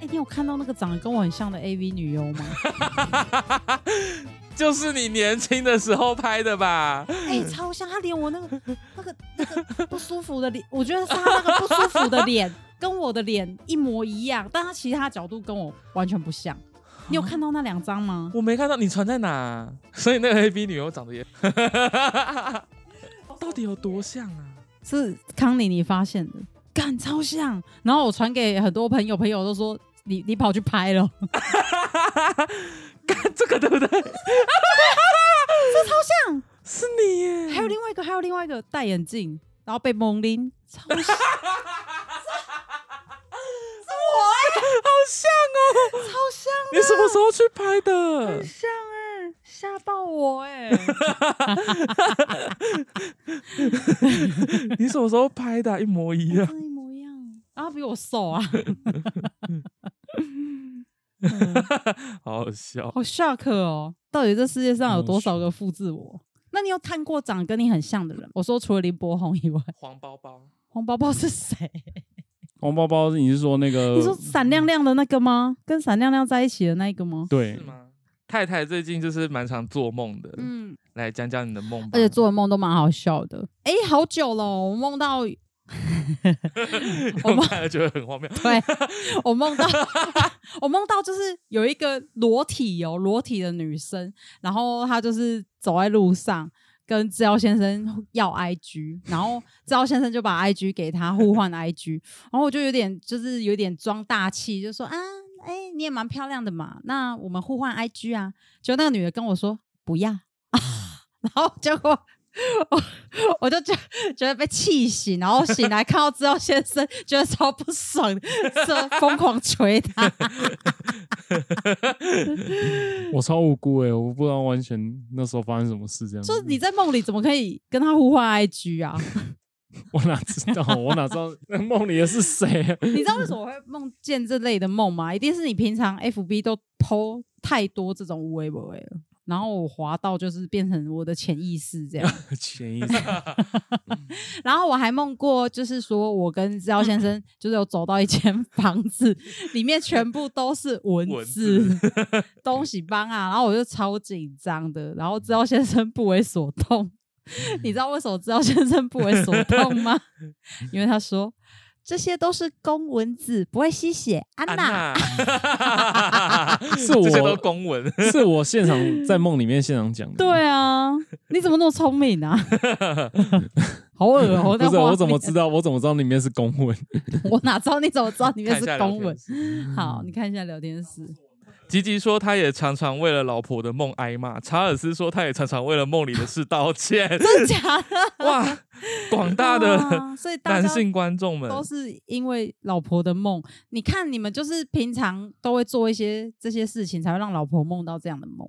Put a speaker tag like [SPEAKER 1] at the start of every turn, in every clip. [SPEAKER 1] 哎你有看到那个长得跟我很像的 AV 女优吗？
[SPEAKER 2] 就是你年轻的时候拍的吧？
[SPEAKER 1] 哎、超像！她连我那个那个那个不舒服的脸，我觉得是她那个不舒服的脸跟我的脸一模一样，但她其他角度跟我完全不像。你有看到那两张吗？
[SPEAKER 2] 我没看到你传在哪、所以那个 A B 女优长得也， 到底有多像啊？
[SPEAKER 1] 是康妮你发现的，干超像。然后我传给很多朋友，朋友都说你你跑去拍了，
[SPEAKER 2] 干这个对不对？
[SPEAKER 1] 超像。
[SPEAKER 2] 是你耶！
[SPEAKER 1] 还有另外一个，还有另外一个戴眼镜，然后被蒙拎，超像，
[SPEAKER 2] 好像哦！
[SPEAKER 1] 超像，
[SPEAKER 2] 你什么时候去拍的？
[SPEAKER 1] 像哎、吓爆我哎、
[SPEAKER 2] 你什么时候拍的啊、一模一样。
[SPEAKER 1] 真一模一样。然后比我瘦啊， 嗯
[SPEAKER 2] 好好笑。
[SPEAKER 1] 好 shock 哦！到底这世界上有多少个复制我？那你有看过长得跟你很像的人？我说除了林柏宏以外，
[SPEAKER 2] 黄包包，
[SPEAKER 1] 黄包包是谁？
[SPEAKER 3] 红包包，你是说那个？
[SPEAKER 1] 你说闪亮亮的那个吗？跟闪亮亮在一起的那一个吗？
[SPEAKER 3] 对
[SPEAKER 2] 是？吗？嗯太太最近就是蛮常做梦的，
[SPEAKER 1] 嗯，
[SPEAKER 2] 来讲讲你的梦吧。
[SPEAKER 1] 而且做的梦都蛮好笑的。哎、好久了哦，我梦到，我
[SPEAKER 2] 我
[SPEAKER 1] 梦。
[SPEAKER 2] 看了觉得很荒谬
[SPEAKER 1] 对，我梦到， 我梦到就是有一个裸体哦，裸体的女生，然后她就是走在路上。跟志尧先生要 IG，然后志尧先生就把 IG 给他互换 IG，然后我就有点就是有点装大气，就说啊，哎、你也蛮漂亮的嘛，那我们互换 IG 啊。结果那个女的跟我说不要， 然后结果我我就觉觉得被气醒，然后醒来看到之后先生觉得超不爽的，这疯狂捶他。
[SPEAKER 3] 我超无辜哎、我不知道完全那时候发生什么事这样子。
[SPEAKER 1] 说你在梦里怎么可以跟他互换 IG 啊？
[SPEAKER 3] 我哪知道？我哪知道那梦里的是谁啊？
[SPEAKER 1] 你知道为什么我会梦见这类的梦吗？一定是你平常 FB 都剖太多这种无微不微了。然后我滑到就是变成我的潜意识这样，
[SPEAKER 3] 潜意识。
[SPEAKER 1] 然后我还梦过，就是说我跟志尧先生就是有走到一间 房子，里面全部都是文
[SPEAKER 2] 文
[SPEAKER 1] 字东西帮啊，然后我就超紧张的，然后知道先生不为所动。 你知道为什么知道先生不为所动吗？ 因为他说这些都是公文字，不会吸血。安
[SPEAKER 2] 安
[SPEAKER 1] 娜，
[SPEAKER 2] 娜，
[SPEAKER 3] 是我
[SPEAKER 2] 这些都公文，
[SPEAKER 3] 是我现场在梦里面现场讲的。
[SPEAKER 1] 对啊，你怎么那么聪明啊？好恶哦、那
[SPEAKER 3] 不是啊
[SPEAKER 1] 画
[SPEAKER 3] 我怎么
[SPEAKER 1] 面
[SPEAKER 3] 知道？我怎么知道里面是公文？
[SPEAKER 1] 我哪知道？你怎么知道里面
[SPEAKER 2] 看一
[SPEAKER 1] 是
[SPEAKER 2] 下聊
[SPEAKER 1] 公
[SPEAKER 2] 天
[SPEAKER 1] 文？好，你看一下聊天室。
[SPEAKER 2] 吉吉说，他也常常为了老婆的梦挨骂。查尔斯说，他也常常为了梦里的事道歉。
[SPEAKER 1] 真假的？
[SPEAKER 2] 哇，广大的
[SPEAKER 1] 哇哦所以大
[SPEAKER 2] 男
[SPEAKER 1] 家
[SPEAKER 2] 性观众们，
[SPEAKER 1] 都是因为老婆的梦。你看，你们就是平常都会做一些这些事情，才会让老婆梦到这样的梦。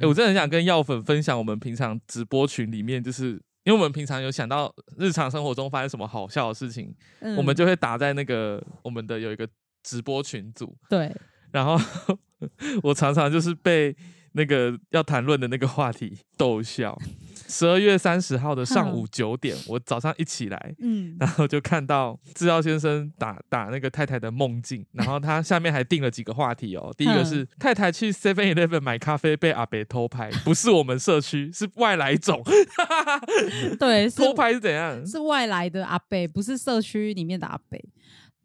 [SPEAKER 2] 哎、我真的很想跟药粉分享我们平常直播群里面，就是因为我们平常有想到日常生活中发生什么好笑的事情，
[SPEAKER 1] 嗯
[SPEAKER 2] 我们就会打在那个我们的有一个直播群组，
[SPEAKER 1] 对，
[SPEAKER 2] 然后我常常就是被那个要谈论的那个话题逗笑。十二月三十号的上午九点，我早上一起来，
[SPEAKER 1] 嗯，
[SPEAKER 2] 然后就看到制药先生打打那个太太的梦境，然后他下面还定了几个话题哦。第一个是
[SPEAKER 1] 嗯
[SPEAKER 2] 太太去 Seven Eleven 买咖啡被阿北偷拍，不是我们社区，是外来种
[SPEAKER 1] 对，是
[SPEAKER 2] 偷拍是怎样？
[SPEAKER 1] 是外来的阿伯，不是社区里面的阿伯。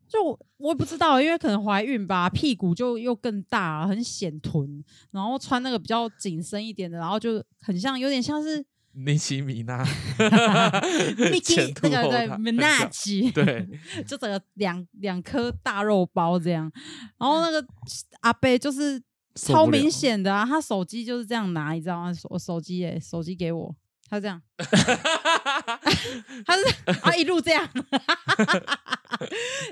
[SPEAKER 1] 就我我也不知道，因为可能怀孕吧，屁股就又更大，很显臀，然后穿那个比较紧身一点的，然后就很像，有点像是
[SPEAKER 2] 尼奇米娜
[SPEAKER 1] Mickey
[SPEAKER 2] 前凸
[SPEAKER 1] 那个
[SPEAKER 2] 后
[SPEAKER 1] 对
[SPEAKER 2] 大
[SPEAKER 1] Minaj，
[SPEAKER 2] 对，
[SPEAKER 1] 就整个两两颗大肉包这样，然后那个阿贝就是
[SPEAKER 3] 受
[SPEAKER 1] 超
[SPEAKER 3] 不了
[SPEAKER 1] 明显的啊，他手机就是这样拿，你知道吗？手我手机耶、手机给我，他 这样，他是啊一路这样，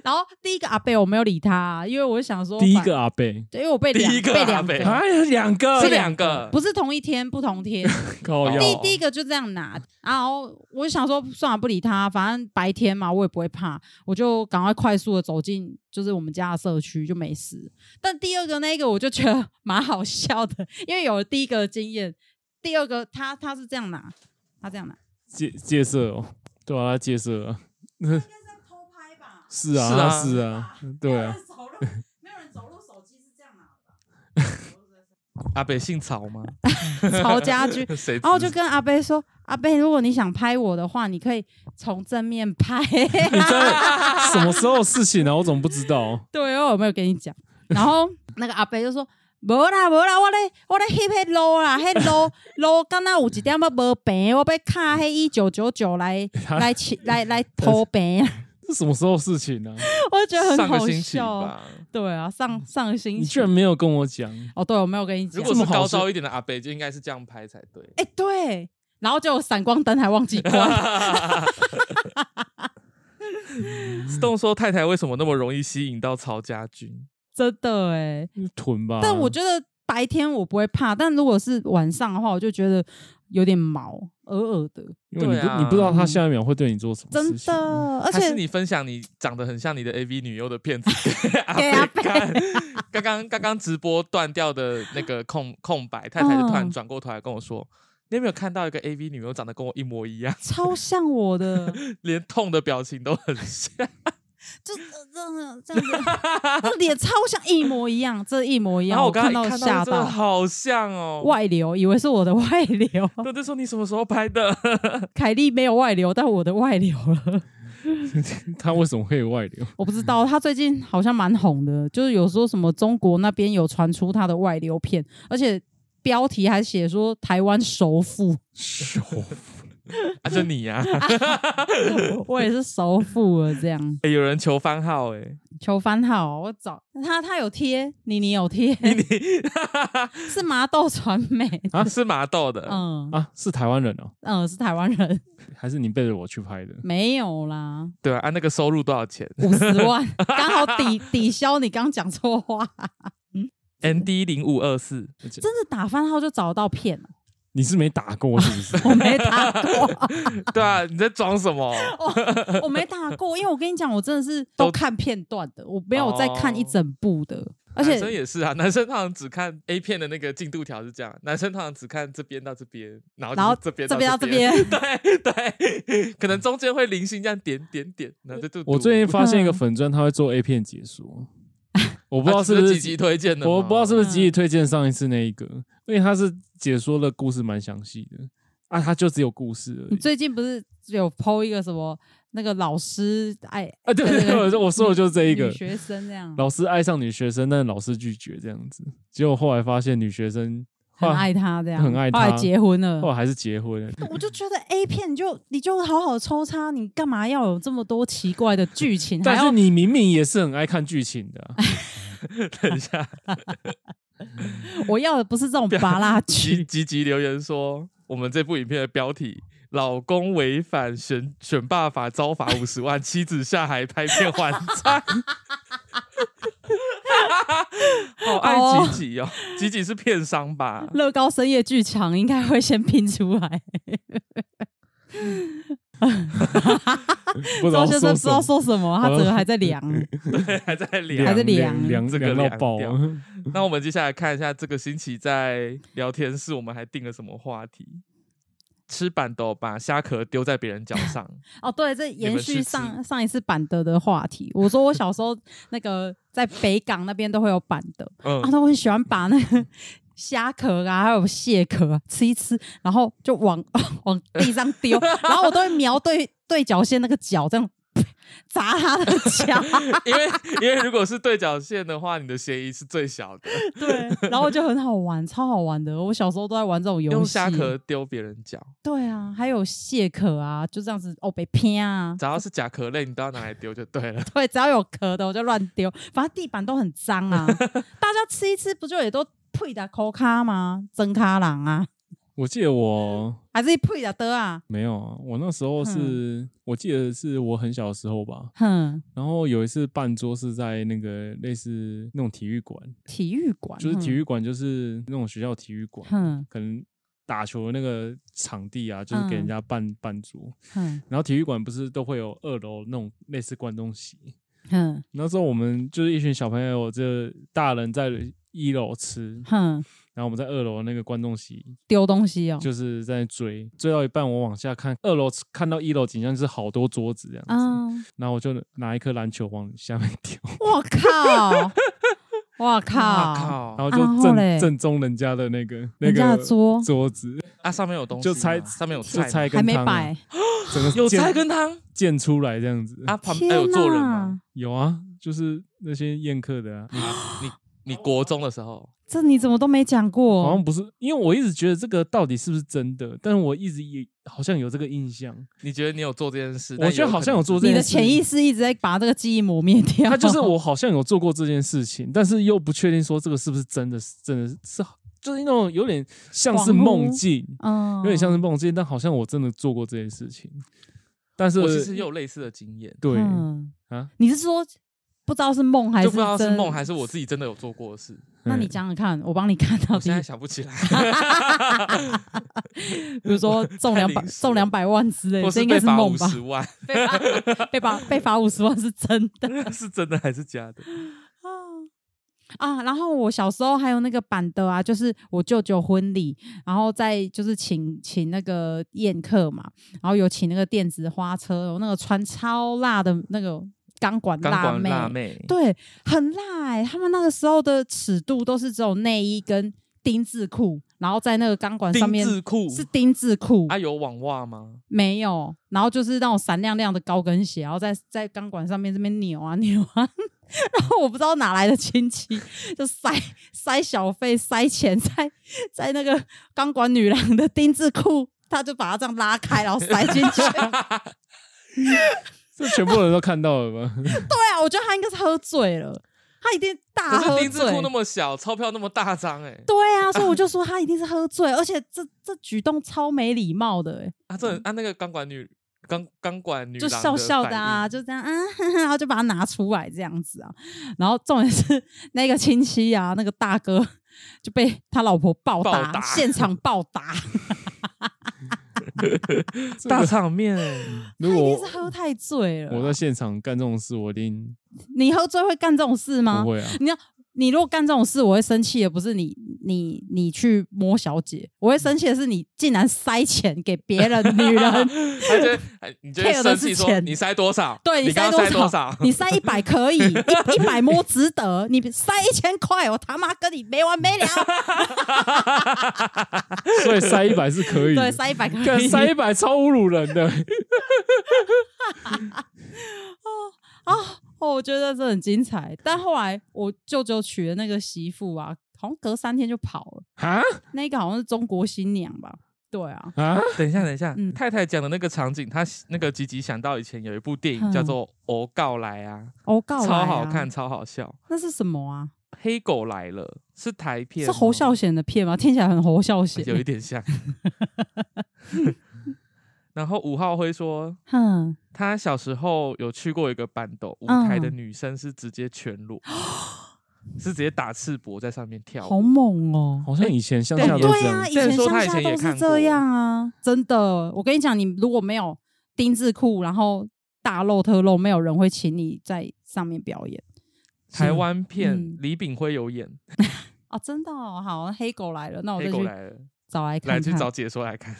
[SPEAKER 1] 然后第一个阿贝我没有理他、啊因为我想说
[SPEAKER 3] 第一
[SPEAKER 1] 反
[SPEAKER 3] 个阿贝
[SPEAKER 1] 对，因为我被两
[SPEAKER 2] 第一个
[SPEAKER 1] 被
[SPEAKER 2] 阿
[SPEAKER 1] 两
[SPEAKER 2] 贝
[SPEAKER 1] 个
[SPEAKER 3] 啊，有两个
[SPEAKER 2] 是两个，
[SPEAKER 1] 不是同一天不同天，
[SPEAKER 3] 靠
[SPEAKER 2] 哦
[SPEAKER 1] 第
[SPEAKER 3] 腰，
[SPEAKER 1] 第一个就这样拿，然后我就想说，算了，不理他，反正白天嘛，我也不会怕，我就赶快快速的走进就是我们家的社区，就没事。但第二个那个我就觉得 蛮好笑的，因为有了第一个的经验，第二个他他是这样拿，他这样拿，
[SPEAKER 3] 戒戒色哦，对啊，他戒色啊，
[SPEAKER 1] 偷拍吧？
[SPEAKER 3] 是
[SPEAKER 2] 是啊
[SPEAKER 3] 啊，他是啊，对啊，
[SPEAKER 1] 没有人走路手
[SPEAKER 2] 阿北姓曹吗？
[SPEAKER 1] 曹家 驹，
[SPEAKER 2] 谁知？
[SPEAKER 1] 然后我哦就跟阿贝说：“阿贝，如果你想拍我的话，你可以从正面拍。
[SPEAKER 3] 你真的什么时候的事情啊？我怎么不知道？
[SPEAKER 1] 对哦，我有没有跟你讲？然后 那个阿贝就说：“无啦无啦，我咧我咧翕迄路啦，迄 路路敢若有一点仔无平，我要卡迄一九九九 来来起来来偷平。
[SPEAKER 3] 这什么时候的事情呢、啊？”
[SPEAKER 1] 我就觉得很
[SPEAKER 2] 上个
[SPEAKER 1] 好
[SPEAKER 2] 星期
[SPEAKER 1] 笑。
[SPEAKER 2] 吧。
[SPEAKER 1] 对啊，上上个星
[SPEAKER 3] 你居
[SPEAKER 1] 期
[SPEAKER 3] 然没有跟我讲，
[SPEAKER 1] 哦，对，我没有跟你讲
[SPEAKER 2] 如。果
[SPEAKER 3] 这
[SPEAKER 2] 是
[SPEAKER 3] 么好
[SPEAKER 2] 高
[SPEAKER 3] 是
[SPEAKER 2] 招一点的阿北，就应该是这样拍才 对。
[SPEAKER 1] 哎、对，然后就闪光灯还忘记关。
[SPEAKER 2] Stone 说太太为什么那么容易吸引到曹家军？
[SPEAKER 1] 真的哎、
[SPEAKER 3] 囤
[SPEAKER 2] 啊
[SPEAKER 3] 吧？
[SPEAKER 1] 但我觉得白天我不会怕，但如果是晚上的话，我就觉得有点毛，耳耳的，
[SPEAKER 3] 因为你不、
[SPEAKER 2] 对啊
[SPEAKER 3] 你不知道他下一秒会对你做什么
[SPEAKER 1] 真
[SPEAKER 3] 事情。
[SPEAKER 1] 的。而
[SPEAKER 2] 还
[SPEAKER 1] 且
[SPEAKER 2] 是你分享你长得很像你的 AV 女优的片子 给
[SPEAKER 1] 给
[SPEAKER 2] 阿
[SPEAKER 1] 阿
[SPEAKER 2] 北看。刚刚刚刚直播断掉的那个空空白，太太就突然
[SPEAKER 1] 嗯
[SPEAKER 2] 转过头来跟我说：“你有没有看到一个 AV 女优长得跟我一模一样，
[SPEAKER 1] 超像我的，
[SPEAKER 2] 连痛的表情都很像？
[SPEAKER 1] 就呃这样这样子， 那脸超像一模一样，这一模一
[SPEAKER 2] 然
[SPEAKER 1] 样。
[SPEAKER 2] 后
[SPEAKER 1] 我
[SPEAKER 2] 我刚刚
[SPEAKER 1] 到
[SPEAKER 2] 一看
[SPEAKER 1] 吓
[SPEAKER 2] 真的
[SPEAKER 1] 到
[SPEAKER 2] 好像哦。
[SPEAKER 1] 外流，以为是 我的外流。
[SPEAKER 2] 对，就说你什么时候拍的？
[SPEAKER 1] 凯莉没有外流，但我的外流了。
[SPEAKER 3] 他为什么会外流？
[SPEAKER 1] 我不知道，她最近好像蛮红的，就是有说什么中国那边有传出她的外流片，而且标题还写说台湾首富。
[SPEAKER 2] 啊，就你 呀、
[SPEAKER 1] 我也是首富了，这样
[SPEAKER 2] 欸有人求番号哎、欸，
[SPEAKER 1] 求番号，我找他，他有贴，你你有 贴， 是麻豆传媒，
[SPEAKER 2] 啊，是麻豆的，
[SPEAKER 1] 嗯
[SPEAKER 3] 啊，是台湾人哦、
[SPEAKER 1] 嗯，是台湾人，
[SPEAKER 3] 还是你背着我去拍的？
[SPEAKER 1] 没有啦，
[SPEAKER 2] 对啊，啊，那个收入多少钱
[SPEAKER 1] 五十万 刚好抵抵消你刚讲错 话，
[SPEAKER 2] ？ND 零五二四，
[SPEAKER 1] 真的打番号就找到骗了，
[SPEAKER 3] 你是没打过是不 是？
[SPEAKER 1] 我没打过，
[SPEAKER 2] 对啊，你在装什么？
[SPEAKER 1] 我没打过，因为我跟你讲，我真的是都
[SPEAKER 2] 都
[SPEAKER 1] 看片段的，我没有在看一整部
[SPEAKER 3] 哦
[SPEAKER 1] 的，而
[SPEAKER 3] 哎
[SPEAKER 1] 且
[SPEAKER 2] 男生也是啊，男生通常只看 A 片的那个进度条是这样，男生通常只看这边到这边，然后
[SPEAKER 1] 然后
[SPEAKER 2] 就是这边
[SPEAKER 1] 这边
[SPEAKER 2] 到
[SPEAKER 1] 到这
[SPEAKER 2] 边， 对对，可能中间会零星这样点点点，然后就嘟嘟
[SPEAKER 3] 我最近发现一个粉砖，他会做 A 片解说，我不知道
[SPEAKER 2] 啊
[SPEAKER 3] 是不
[SPEAKER 2] 几集
[SPEAKER 3] 是，
[SPEAKER 2] 推荐的吗，
[SPEAKER 3] 我不知道是不是
[SPEAKER 1] 嗯
[SPEAKER 3] 集体推荐上一次那一个，因为他是解说的故事蛮详细的啊，他就只有故事而
[SPEAKER 1] 你
[SPEAKER 3] 已
[SPEAKER 1] 最近不是有 PO 一个什么那个老师 爱
[SPEAKER 3] 啊。对对
[SPEAKER 1] 对对
[SPEAKER 3] 对，我说的就是这一个
[SPEAKER 1] 女。学生这样，
[SPEAKER 3] 老师爱上女学生，但老师拒绝这样子，结果后来发现女学生后
[SPEAKER 1] 很
[SPEAKER 3] 来
[SPEAKER 1] 爱他这样，
[SPEAKER 3] 很爱他
[SPEAKER 1] 后来结婚
[SPEAKER 3] 后
[SPEAKER 1] 了。
[SPEAKER 3] 来还是结婚了。
[SPEAKER 1] 我就觉得 A 片你就你就好好抽插，你干嘛要有这么多奇怪的剧情？还
[SPEAKER 3] 但是
[SPEAKER 1] 要
[SPEAKER 3] 你明明也是很爱看剧情 的啊、
[SPEAKER 2] 等一下，
[SPEAKER 1] 我要的不是这种拔拉
[SPEAKER 2] 积
[SPEAKER 1] 剧，
[SPEAKER 2] 积极留言说，我们这部影片的标题：老公违反选选罢法遭罚五十万，妻子下海拍片还债。 好爱吉吉哦，吉吉是片商吧？
[SPEAKER 1] 乐高深夜剧场应该会先拼出来。
[SPEAKER 3] 不知道
[SPEAKER 1] 周先
[SPEAKER 3] 说什
[SPEAKER 1] 生 不
[SPEAKER 3] 么
[SPEAKER 1] 知道说什么，他整个还在量。
[SPEAKER 2] 对，还在
[SPEAKER 1] 还
[SPEAKER 2] 聊
[SPEAKER 1] 在。
[SPEAKER 3] 凉
[SPEAKER 1] 凉
[SPEAKER 3] 凉
[SPEAKER 2] 这个
[SPEAKER 3] 凉到
[SPEAKER 2] 凉
[SPEAKER 3] 爆
[SPEAKER 2] 掉
[SPEAKER 3] 啊。
[SPEAKER 2] 那我们接下来看一下这个星期在聊天室我们还定了什么话题？吃板豆把虾壳丢在别人脚上，
[SPEAKER 1] 哦，对，这
[SPEAKER 2] 你
[SPEAKER 1] 延
[SPEAKER 2] 们
[SPEAKER 1] 续
[SPEAKER 2] 是
[SPEAKER 1] 上上一次板德的话题。我说我小时候 那个在北港那边都会有板德，
[SPEAKER 2] 嗯
[SPEAKER 1] 啊，，他很喜欢把那个虾壳啊，还有蟹壳、啊、吃一吃，然后就往 往地上 丢，然后我都会瞄对对角线那个角，这样砸他的 脚，
[SPEAKER 2] 因为因为如果是对角线的话，你的嫌疑是最小 的。
[SPEAKER 1] 对，然后就很好玩，超好玩的。我小时候都在玩这种游
[SPEAKER 2] 用
[SPEAKER 1] 戏，
[SPEAKER 2] 虾壳丢别人脚，
[SPEAKER 1] 对啊，还有蟹壳啊，就这样子哦，被骗啊，
[SPEAKER 2] 只要是甲壳类，你都要拿来丢就对了。
[SPEAKER 1] 对，只要有壳的我就乱丢，反正地板都很脏 啊，大家吃一吃不就也都配的抠咖吗？真咖郎啊，
[SPEAKER 3] 我记得我
[SPEAKER 1] 还是配的的啊，
[SPEAKER 3] 没有啊，我那时候
[SPEAKER 1] 嗯
[SPEAKER 3] 是、我记得是我很小的时候吧，
[SPEAKER 1] 哼，
[SPEAKER 3] 然后有一次办桌是在那个类似那种体育馆，
[SPEAKER 1] 体育馆
[SPEAKER 3] 就是体
[SPEAKER 1] 哼
[SPEAKER 3] 育馆就是那种学校体育馆，
[SPEAKER 1] 哼
[SPEAKER 3] 可能打球的那个场地啊，就是给人
[SPEAKER 1] 嗯
[SPEAKER 3] 家办办桌，
[SPEAKER 1] 哼
[SPEAKER 3] 然后体育馆不是都会有二楼那种类似观众席，
[SPEAKER 1] 哼
[SPEAKER 3] 那时候我们就是一群小朋友，这大人在一楼吃，
[SPEAKER 1] 哼，
[SPEAKER 3] 然后我们在二楼那个观众席
[SPEAKER 1] 丢东西哦，
[SPEAKER 3] 就是在追，追到一半我往下看，二楼看到一楼景象就是好多桌子这样子，
[SPEAKER 1] 啊，
[SPEAKER 3] 然后我就拿一颗篮球往下面丢，
[SPEAKER 1] 我靠，哇
[SPEAKER 2] 哇
[SPEAKER 1] 靠！
[SPEAKER 3] 然
[SPEAKER 2] 靠！
[SPEAKER 3] 后
[SPEAKER 1] 啊然
[SPEAKER 3] 就
[SPEAKER 1] 后嘞
[SPEAKER 3] 正正中人家的那个那
[SPEAKER 1] 人家
[SPEAKER 3] 个
[SPEAKER 1] 的桌
[SPEAKER 3] 桌子，
[SPEAKER 2] 啊，上面有东西
[SPEAKER 3] 就
[SPEAKER 2] 吗，
[SPEAKER 3] 拆
[SPEAKER 2] 上面有
[SPEAKER 3] 就
[SPEAKER 2] 菜吗，
[SPEAKER 3] 菜
[SPEAKER 1] 还
[SPEAKER 3] 跟
[SPEAKER 1] 没
[SPEAKER 3] 汤啊
[SPEAKER 1] 摆，
[SPEAKER 3] 整个
[SPEAKER 2] 有
[SPEAKER 3] 溅
[SPEAKER 2] 菜跟汤
[SPEAKER 3] 溅出来这样子
[SPEAKER 2] 啊，旁边
[SPEAKER 1] 天
[SPEAKER 2] 有坐人吗？
[SPEAKER 1] 哪！
[SPEAKER 3] 有啊，就是那些宴客的啊，
[SPEAKER 2] 啊你你国中的时候，
[SPEAKER 1] 这你怎么都没讲过？
[SPEAKER 3] 好像不是，因为我一直觉得这个到底是不是真的，但我一直也好像有这个印象，
[SPEAKER 2] 你觉得你有做这件事？
[SPEAKER 3] 我
[SPEAKER 2] 但
[SPEAKER 3] 觉得
[SPEAKER 2] 有
[SPEAKER 3] 好
[SPEAKER 2] 可
[SPEAKER 3] 像
[SPEAKER 2] 能
[SPEAKER 3] 有做这
[SPEAKER 1] 你
[SPEAKER 3] 件
[SPEAKER 1] 的
[SPEAKER 3] 事
[SPEAKER 1] 潜意识一直在把这个记忆磨灭掉。
[SPEAKER 3] 他就 是我好像有做过这件事情，但是又不确定说这个是不是真的，真的是就是那种有点像是
[SPEAKER 1] 恍惚
[SPEAKER 3] 梦境，
[SPEAKER 1] 嗯，
[SPEAKER 3] 有点像是梦境，但好像我真的做过这件事情，但是
[SPEAKER 2] 我其实也有类似的经验，
[SPEAKER 3] 对、
[SPEAKER 1] 嗯
[SPEAKER 3] 啊，
[SPEAKER 1] 你是说不知道是梦还是
[SPEAKER 2] 就不知道是
[SPEAKER 1] 真
[SPEAKER 2] 梦还是我自己真的有做过的事。
[SPEAKER 1] 那你
[SPEAKER 3] 嗯
[SPEAKER 1] 讲讲看，我帮你看到
[SPEAKER 2] 我
[SPEAKER 1] 底
[SPEAKER 2] 现，在想 不起来，
[SPEAKER 1] 比如 说中两百
[SPEAKER 2] 临时了
[SPEAKER 1] 中两百万之类的，
[SPEAKER 2] 或
[SPEAKER 1] 这
[SPEAKER 2] 是
[SPEAKER 1] 应该
[SPEAKER 2] 被
[SPEAKER 1] 是
[SPEAKER 2] 罚
[SPEAKER 1] 梦
[SPEAKER 2] 五
[SPEAKER 1] 吧？
[SPEAKER 2] 十万，
[SPEAKER 1] 被罚被罚被罚五十万是真的
[SPEAKER 2] 是真的还是假的？
[SPEAKER 1] 啊！然后我小时候还有那个板的啊，就是我舅舅婚礼，然后再就是请请那个宴客嘛，然后有请那个电子花车，有那个穿超辣的那个钢管
[SPEAKER 2] 钢
[SPEAKER 1] 辣
[SPEAKER 2] 管
[SPEAKER 1] 妹，
[SPEAKER 2] 辣妹，
[SPEAKER 1] 对，很辣哎、他们那个时候的尺度都是只有内衣跟丁字裤，然后在那个钢管上
[SPEAKER 2] 丁
[SPEAKER 1] 面
[SPEAKER 2] 字裤
[SPEAKER 1] 是丁字裤，
[SPEAKER 2] 啊，有网袜吗？
[SPEAKER 1] 没有，然后就是那种闪亮亮的高跟鞋，然后在在钢管上面这边扭啊 扭啊，然后我不知道哪来的亲戚就塞塞小费塞钱在在那个钢管女郎的丁字裤，他就把它这样拉开，然后塞进 去。
[SPEAKER 3] 这全部人都看到 了吗？
[SPEAKER 1] 对啊，我觉得他应该是喝醉了，他一定大
[SPEAKER 2] 可
[SPEAKER 1] 喝
[SPEAKER 2] 是
[SPEAKER 1] 醉。
[SPEAKER 2] 丁字裤那么小，钞票那么大张，哎，
[SPEAKER 1] 对啊，所以我就说他一定是喝醉，而且这这举动超没礼貌的、欸，
[SPEAKER 2] 啊，这很啊那个钢管女钢钢管女
[SPEAKER 1] 就
[SPEAKER 2] 郎
[SPEAKER 1] 笑笑
[SPEAKER 2] 反
[SPEAKER 1] 的啊，
[SPEAKER 2] 应
[SPEAKER 1] 就这样啊， 然后就把它拿出来这样子啊。然后重点是那个亲戚啊，那个大哥就被他老婆暴打，
[SPEAKER 2] 暴打
[SPEAKER 1] 现场暴打，
[SPEAKER 3] 这
[SPEAKER 2] 大
[SPEAKER 3] 个
[SPEAKER 2] 场面欸，
[SPEAKER 1] 他
[SPEAKER 3] 如
[SPEAKER 1] 一
[SPEAKER 3] 果
[SPEAKER 1] 定是喝太醉
[SPEAKER 3] 我
[SPEAKER 1] 了
[SPEAKER 3] 在
[SPEAKER 1] 啊。
[SPEAKER 3] 现场干这种事，我一定
[SPEAKER 1] 你喝醉会干这种事吗
[SPEAKER 3] 不？会啊。
[SPEAKER 1] 你如果干这种事，我会生气的不是你，你你去摸小姐，我会生气的是你竟然塞钱给别人女人。
[SPEAKER 2] 他就会哎你就会
[SPEAKER 1] care 的
[SPEAKER 2] 生
[SPEAKER 1] 是
[SPEAKER 2] 气说
[SPEAKER 1] 钱
[SPEAKER 2] 你塞多少？
[SPEAKER 1] 对
[SPEAKER 2] 你
[SPEAKER 1] 塞
[SPEAKER 2] 刚刚塞
[SPEAKER 1] 多
[SPEAKER 2] 少？
[SPEAKER 1] 你塞一百可 以，一一百摸值得。你塞一千块，我他妈跟你没完 没了。
[SPEAKER 3] 所以塞一百是可以的，
[SPEAKER 1] 对，塞一百可
[SPEAKER 3] 干
[SPEAKER 1] 以。
[SPEAKER 3] 塞一百超侮辱人 的，
[SPEAKER 1] 哦，我觉得这很精彩。但后来我舅舅娶的那个媳妇啊，好像隔三天就跑了。
[SPEAKER 3] 啊
[SPEAKER 1] 那个好像是中国新娘吧？对啊，
[SPEAKER 3] 啊！
[SPEAKER 2] 等一下，等一下，
[SPEAKER 1] 嗯
[SPEAKER 2] 太太讲的那个场景，她那个吉吉想到以前有一部电影
[SPEAKER 1] 嗯
[SPEAKER 2] 叫做《哦告来啊
[SPEAKER 1] 哦，告》，来啊
[SPEAKER 2] 超好看，。超好笑，
[SPEAKER 1] 那是什么啊？
[SPEAKER 2] 《黑狗来了》是台片
[SPEAKER 1] 是
[SPEAKER 2] 吗，
[SPEAKER 1] 侯孝贤的片吗？听起来很侯孝贤。
[SPEAKER 2] 哦
[SPEAKER 1] 欸
[SPEAKER 2] 有一 点像。 然后吴浩辉说，
[SPEAKER 1] 哼，
[SPEAKER 2] 他小时候有去过一个班斗舞台
[SPEAKER 1] 嗯
[SPEAKER 2] 的女生是直接全裸，是直接打赤膊在上面跳舞。
[SPEAKER 1] 好猛哦！
[SPEAKER 3] 好像以前乡
[SPEAKER 2] 哎
[SPEAKER 3] 下都
[SPEAKER 1] 对
[SPEAKER 3] 这
[SPEAKER 1] 啊，
[SPEAKER 3] 样，
[SPEAKER 1] 以
[SPEAKER 2] 虽然
[SPEAKER 1] 前
[SPEAKER 2] 说他
[SPEAKER 1] 乡
[SPEAKER 2] 以
[SPEAKER 1] 下
[SPEAKER 2] 前也
[SPEAKER 1] 都是
[SPEAKER 2] 看
[SPEAKER 1] 这
[SPEAKER 2] 过
[SPEAKER 1] 样啊，真的。我跟你讲，你如果没有丁字裤，然后大露特露，没有人会请你在上面表演
[SPEAKER 2] 台湾
[SPEAKER 1] 嗯
[SPEAKER 2] 片李炳辉有演，
[SPEAKER 1] 啊！真的哦，好，黑狗来了，那我
[SPEAKER 2] 黑
[SPEAKER 1] 再
[SPEAKER 2] 狗
[SPEAKER 1] 去
[SPEAKER 2] 来了，
[SPEAKER 1] 找来
[SPEAKER 2] 来
[SPEAKER 1] 看
[SPEAKER 2] 去
[SPEAKER 1] 看。
[SPEAKER 2] 找解说来看。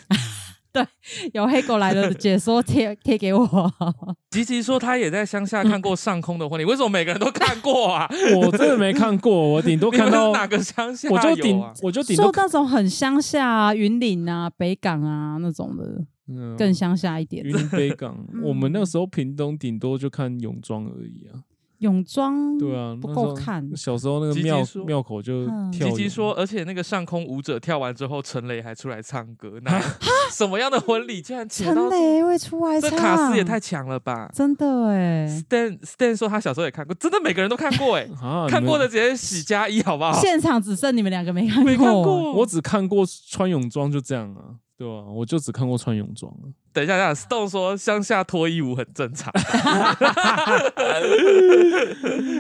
[SPEAKER 1] 有黑狗来了的解说贴贴给 我，
[SPEAKER 2] 吉吉说他也在乡下看过上空的婚礼，为什么每个人都看 过啊？
[SPEAKER 3] 我真的没看过，我顶多
[SPEAKER 2] 你们是
[SPEAKER 3] 看到，
[SPEAKER 2] 哪个乡下有
[SPEAKER 3] 我
[SPEAKER 2] 啊？
[SPEAKER 3] 就顶我就顶
[SPEAKER 1] 说
[SPEAKER 3] 多
[SPEAKER 1] 那种很乡下啊、云岭啊、北港啊那种的，
[SPEAKER 3] 嗯
[SPEAKER 1] 更乡下一点。
[SPEAKER 3] 云北 港
[SPEAKER 1] 嗯，
[SPEAKER 3] 我们那时候屏东顶多就看泳装而已啊。
[SPEAKER 1] 泳装
[SPEAKER 3] 对啊，
[SPEAKER 1] 不
[SPEAKER 3] 那
[SPEAKER 1] 够
[SPEAKER 3] 时候
[SPEAKER 1] 看
[SPEAKER 3] 小时候那个
[SPEAKER 2] 吉吉
[SPEAKER 3] 庙
[SPEAKER 2] 说
[SPEAKER 3] 庙口就
[SPEAKER 1] 嗯
[SPEAKER 2] 吉
[SPEAKER 3] 跳泳。
[SPEAKER 2] 吉说，而且那个上空舞者跳完之后，陈雷还出来唱歌，那 什么样的婚礼竟然请
[SPEAKER 1] 啊陈
[SPEAKER 2] 到
[SPEAKER 1] 雷会出来
[SPEAKER 2] 这
[SPEAKER 1] 唱，
[SPEAKER 2] 卡斯也太强了吧
[SPEAKER 1] 真的哎、
[SPEAKER 2] ！Stan Stan 说他小时候也看过，真的每个人都看过哎、
[SPEAKER 3] 啊，
[SPEAKER 2] 看
[SPEAKER 3] 你们
[SPEAKER 2] 过的，直接洗加一好不哦好？
[SPEAKER 1] 现场只剩你们两个没看
[SPEAKER 2] 啊没看过。
[SPEAKER 3] 我只看过穿泳装就这样啊，对啊，我就只看过穿泳装啊。
[SPEAKER 2] 等一下，等一下，Stone 说乡下脱衣舞很正常，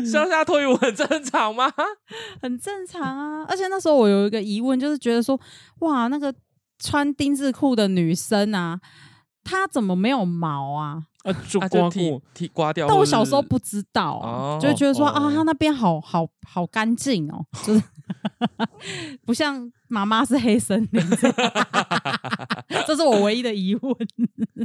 [SPEAKER 2] 乡下脱衣舞很正常吗？
[SPEAKER 1] 很正常啊。而且那时候我有一个疑问，就是觉得说，哇，那个穿丁字裤的女生啊，她怎么没有毛啊？
[SPEAKER 3] 啊，就
[SPEAKER 2] 啊
[SPEAKER 3] 刮
[SPEAKER 2] 剃
[SPEAKER 3] 过，
[SPEAKER 2] 剃刮掉。
[SPEAKER 1] 但我
[SPEAKER 2] 或者
[SPEAKER 1] 小时候
[SPEAKER 2] 是
[SPEAKER 1] 不知道啊，
[SPEAKER 2] 哦
[SPEAKER 1] 就会觉得说、啊，
[SPEAKER 3] 哦
[SPEAKER 1] 她那边好好好干净哦，就是 不像妈妈是黑森林这样， 这是我唯一的疑问。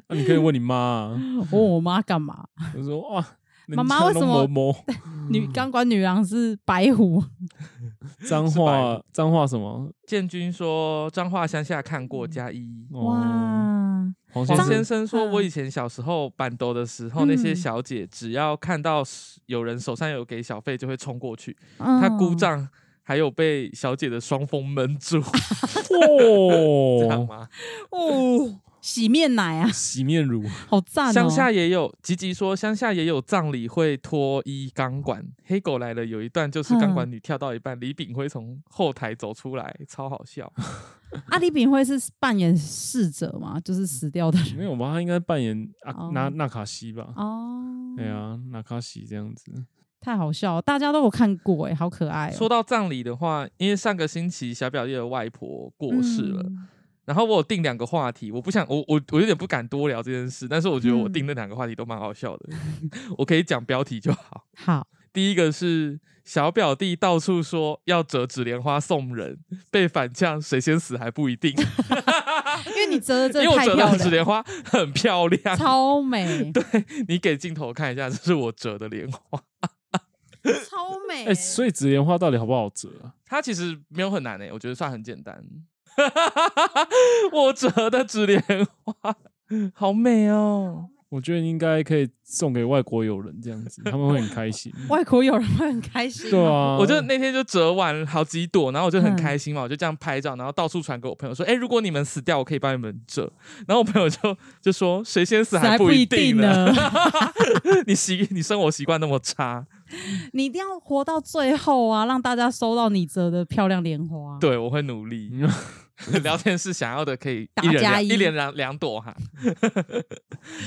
[SPEAKER 3] 啊你可以问你妈啊。
[SPEAKER 1] 我问我妈干嘛？
[SPEAKER 3] 我说哇，
[SPEAKER 1] 妈妈为什么
[SPEAKER 3] 人家都 某某
[SPEAKER 2] 嗯
[SPEAKER 1] 女钢管女郎是白虎，
[SPEAKER 3] 脏
[SPEAKER 2] 是白
[SPEAKER 3] 话脏话什么？
[SPEAKER 2] 建军说彰化乡下看过加一。
[SPEAKER 3] 哦，
[SPEAKER 1] 哇，
[SPEAKER 3] 黄先
[SPEAKER 2] 黄
[SPEAKER 3] 生
[SPEAKER 2] 先生说：“
[SPEAKER 1] 嗯
[SPEAKER 2] 我以前小时候板斗的时候，那些
[SPEAKER 1] 嗯
[SPEAKER 2] 小姐只要看到有人手上有给小费，就会冲过去。
[SPEAKER 1] 他
[SPEAKER 2] 他姑丈还有被小姐的双峰闷住， 这样
[SPEAKER 3] 哦，
[SPEAKER 2] 吗？
[SPEAKER 1] 哦，洗面奶啊，
[SPEAKER 3] 洗面乳，
[SPEAKER 1] 好赞哦！
[SPEAKER 2] 乡下也有，吉吉说乡下也有葬礼会脱衣钢管。黑狗来了有一段就是钢
[SPEAKER 1] 嗯
[SPEAKER 2] 管女跳到一半，李炳辉从后台走出来，超好笑。
[SPEAKER 1] 阿李炳辉是扮演逝者嘛，就是死掉的人
[SPEAKER 3] 没有吧？他应该扮演啊
[SPEAKER 1] 哦
[SPEAKER 3] 纳纳卡西吧？
[SPEAKER 1] 哦。
[SPEAKER 3] 对，啊，纳卡西这样子。
[SPEAKER 1] 太好笑了，大家都有看过哎、好可爱、哦。
[SPEAKER 2] 说到葬礼的话，因为上个星期小表弟的外婆过世了，
[SPEAKER 1] 嗯
[SPEAKER 2] 然后我有定两个话题，我不想我我我有点不敢多聊这件事，但是我觉得我
[SPEAKER 1] 嗯
[SPEAKER 2] 定那两个话题都蛮好笑 的，我可以讲标题就好。
[SPEAKER 1] 好，
[SPEAKER 2] 第一个是小表弟到处说要折纸莲花送人，被反呛，谁先死还不一定，
[SPEAKER 1] 因为你折的
[SPEAKER 2] 因
[SPEAKER 1] 真的
[SPEAKER 2] 为我
[SPEAKER 1] 太
[SPEAKER 2] 折
[SPEAKER 1] 漂
[SPEAKER 2] 的纸
[SPEAKER 1] 亮
[SPEAKER 2] 莲
[SPEAKER 1] 了，
[SPEAKER 2] 花很漂亮，
[SPEAKER 1] 超美，
[SPEAKER 2] 你给镜头看一下，这是我折的莲花，
[SPEAKER 1] 超美。欸
[SPEAKER 3] 哎，所以紫莲花到底好不好折啊？
[SPEAKER 2] 它其实没有很难欸诶、我觉得算很简单。 我折的纸莲花好美哦，
[SPEAKER 3] 我觉得应该可以送给外国友人这样子，他们会很 开心。
[SPEAKER 1] 外国友人会很开心、哦
[SPEAKER 3] 对，啊，
[SPEAKER 2] 我就那天就折完好几朵，然后我就
[SPEAKER 1] 嗯
[SPEAKER 2] 很开心嘛，我就这样拍照，然后到处传给我朋友说：“哎、如果你们死掉，我可以帮你们折。”然后我朋友就就说：“谁先死
[SPEAKER 1] 死还
[SPEAKER 2] 啊不
[SPEAKER 1] 不一
[SPEAKER 2] 定
[SPEAKER 1] 定呢。
[SPEAKER 2] 你习你生活习惯那么差，
[SPEAKER 1] 你一定要活到最后啊，让大家收到你折的漂亮莲花。，
[SPEAKER 2] 对我会努力。
[SPEAKER 3] 嗯
[SPEAKER 2] 聊天室想要的可以
[SPEAKER 1] 打
[SPEAKER 2] 一人
[SPEAKER 1] 加
[SPEAKER 2] 两
[SPEAKER 1] 一
[SPEAKER 2] 一连两两 朵哈，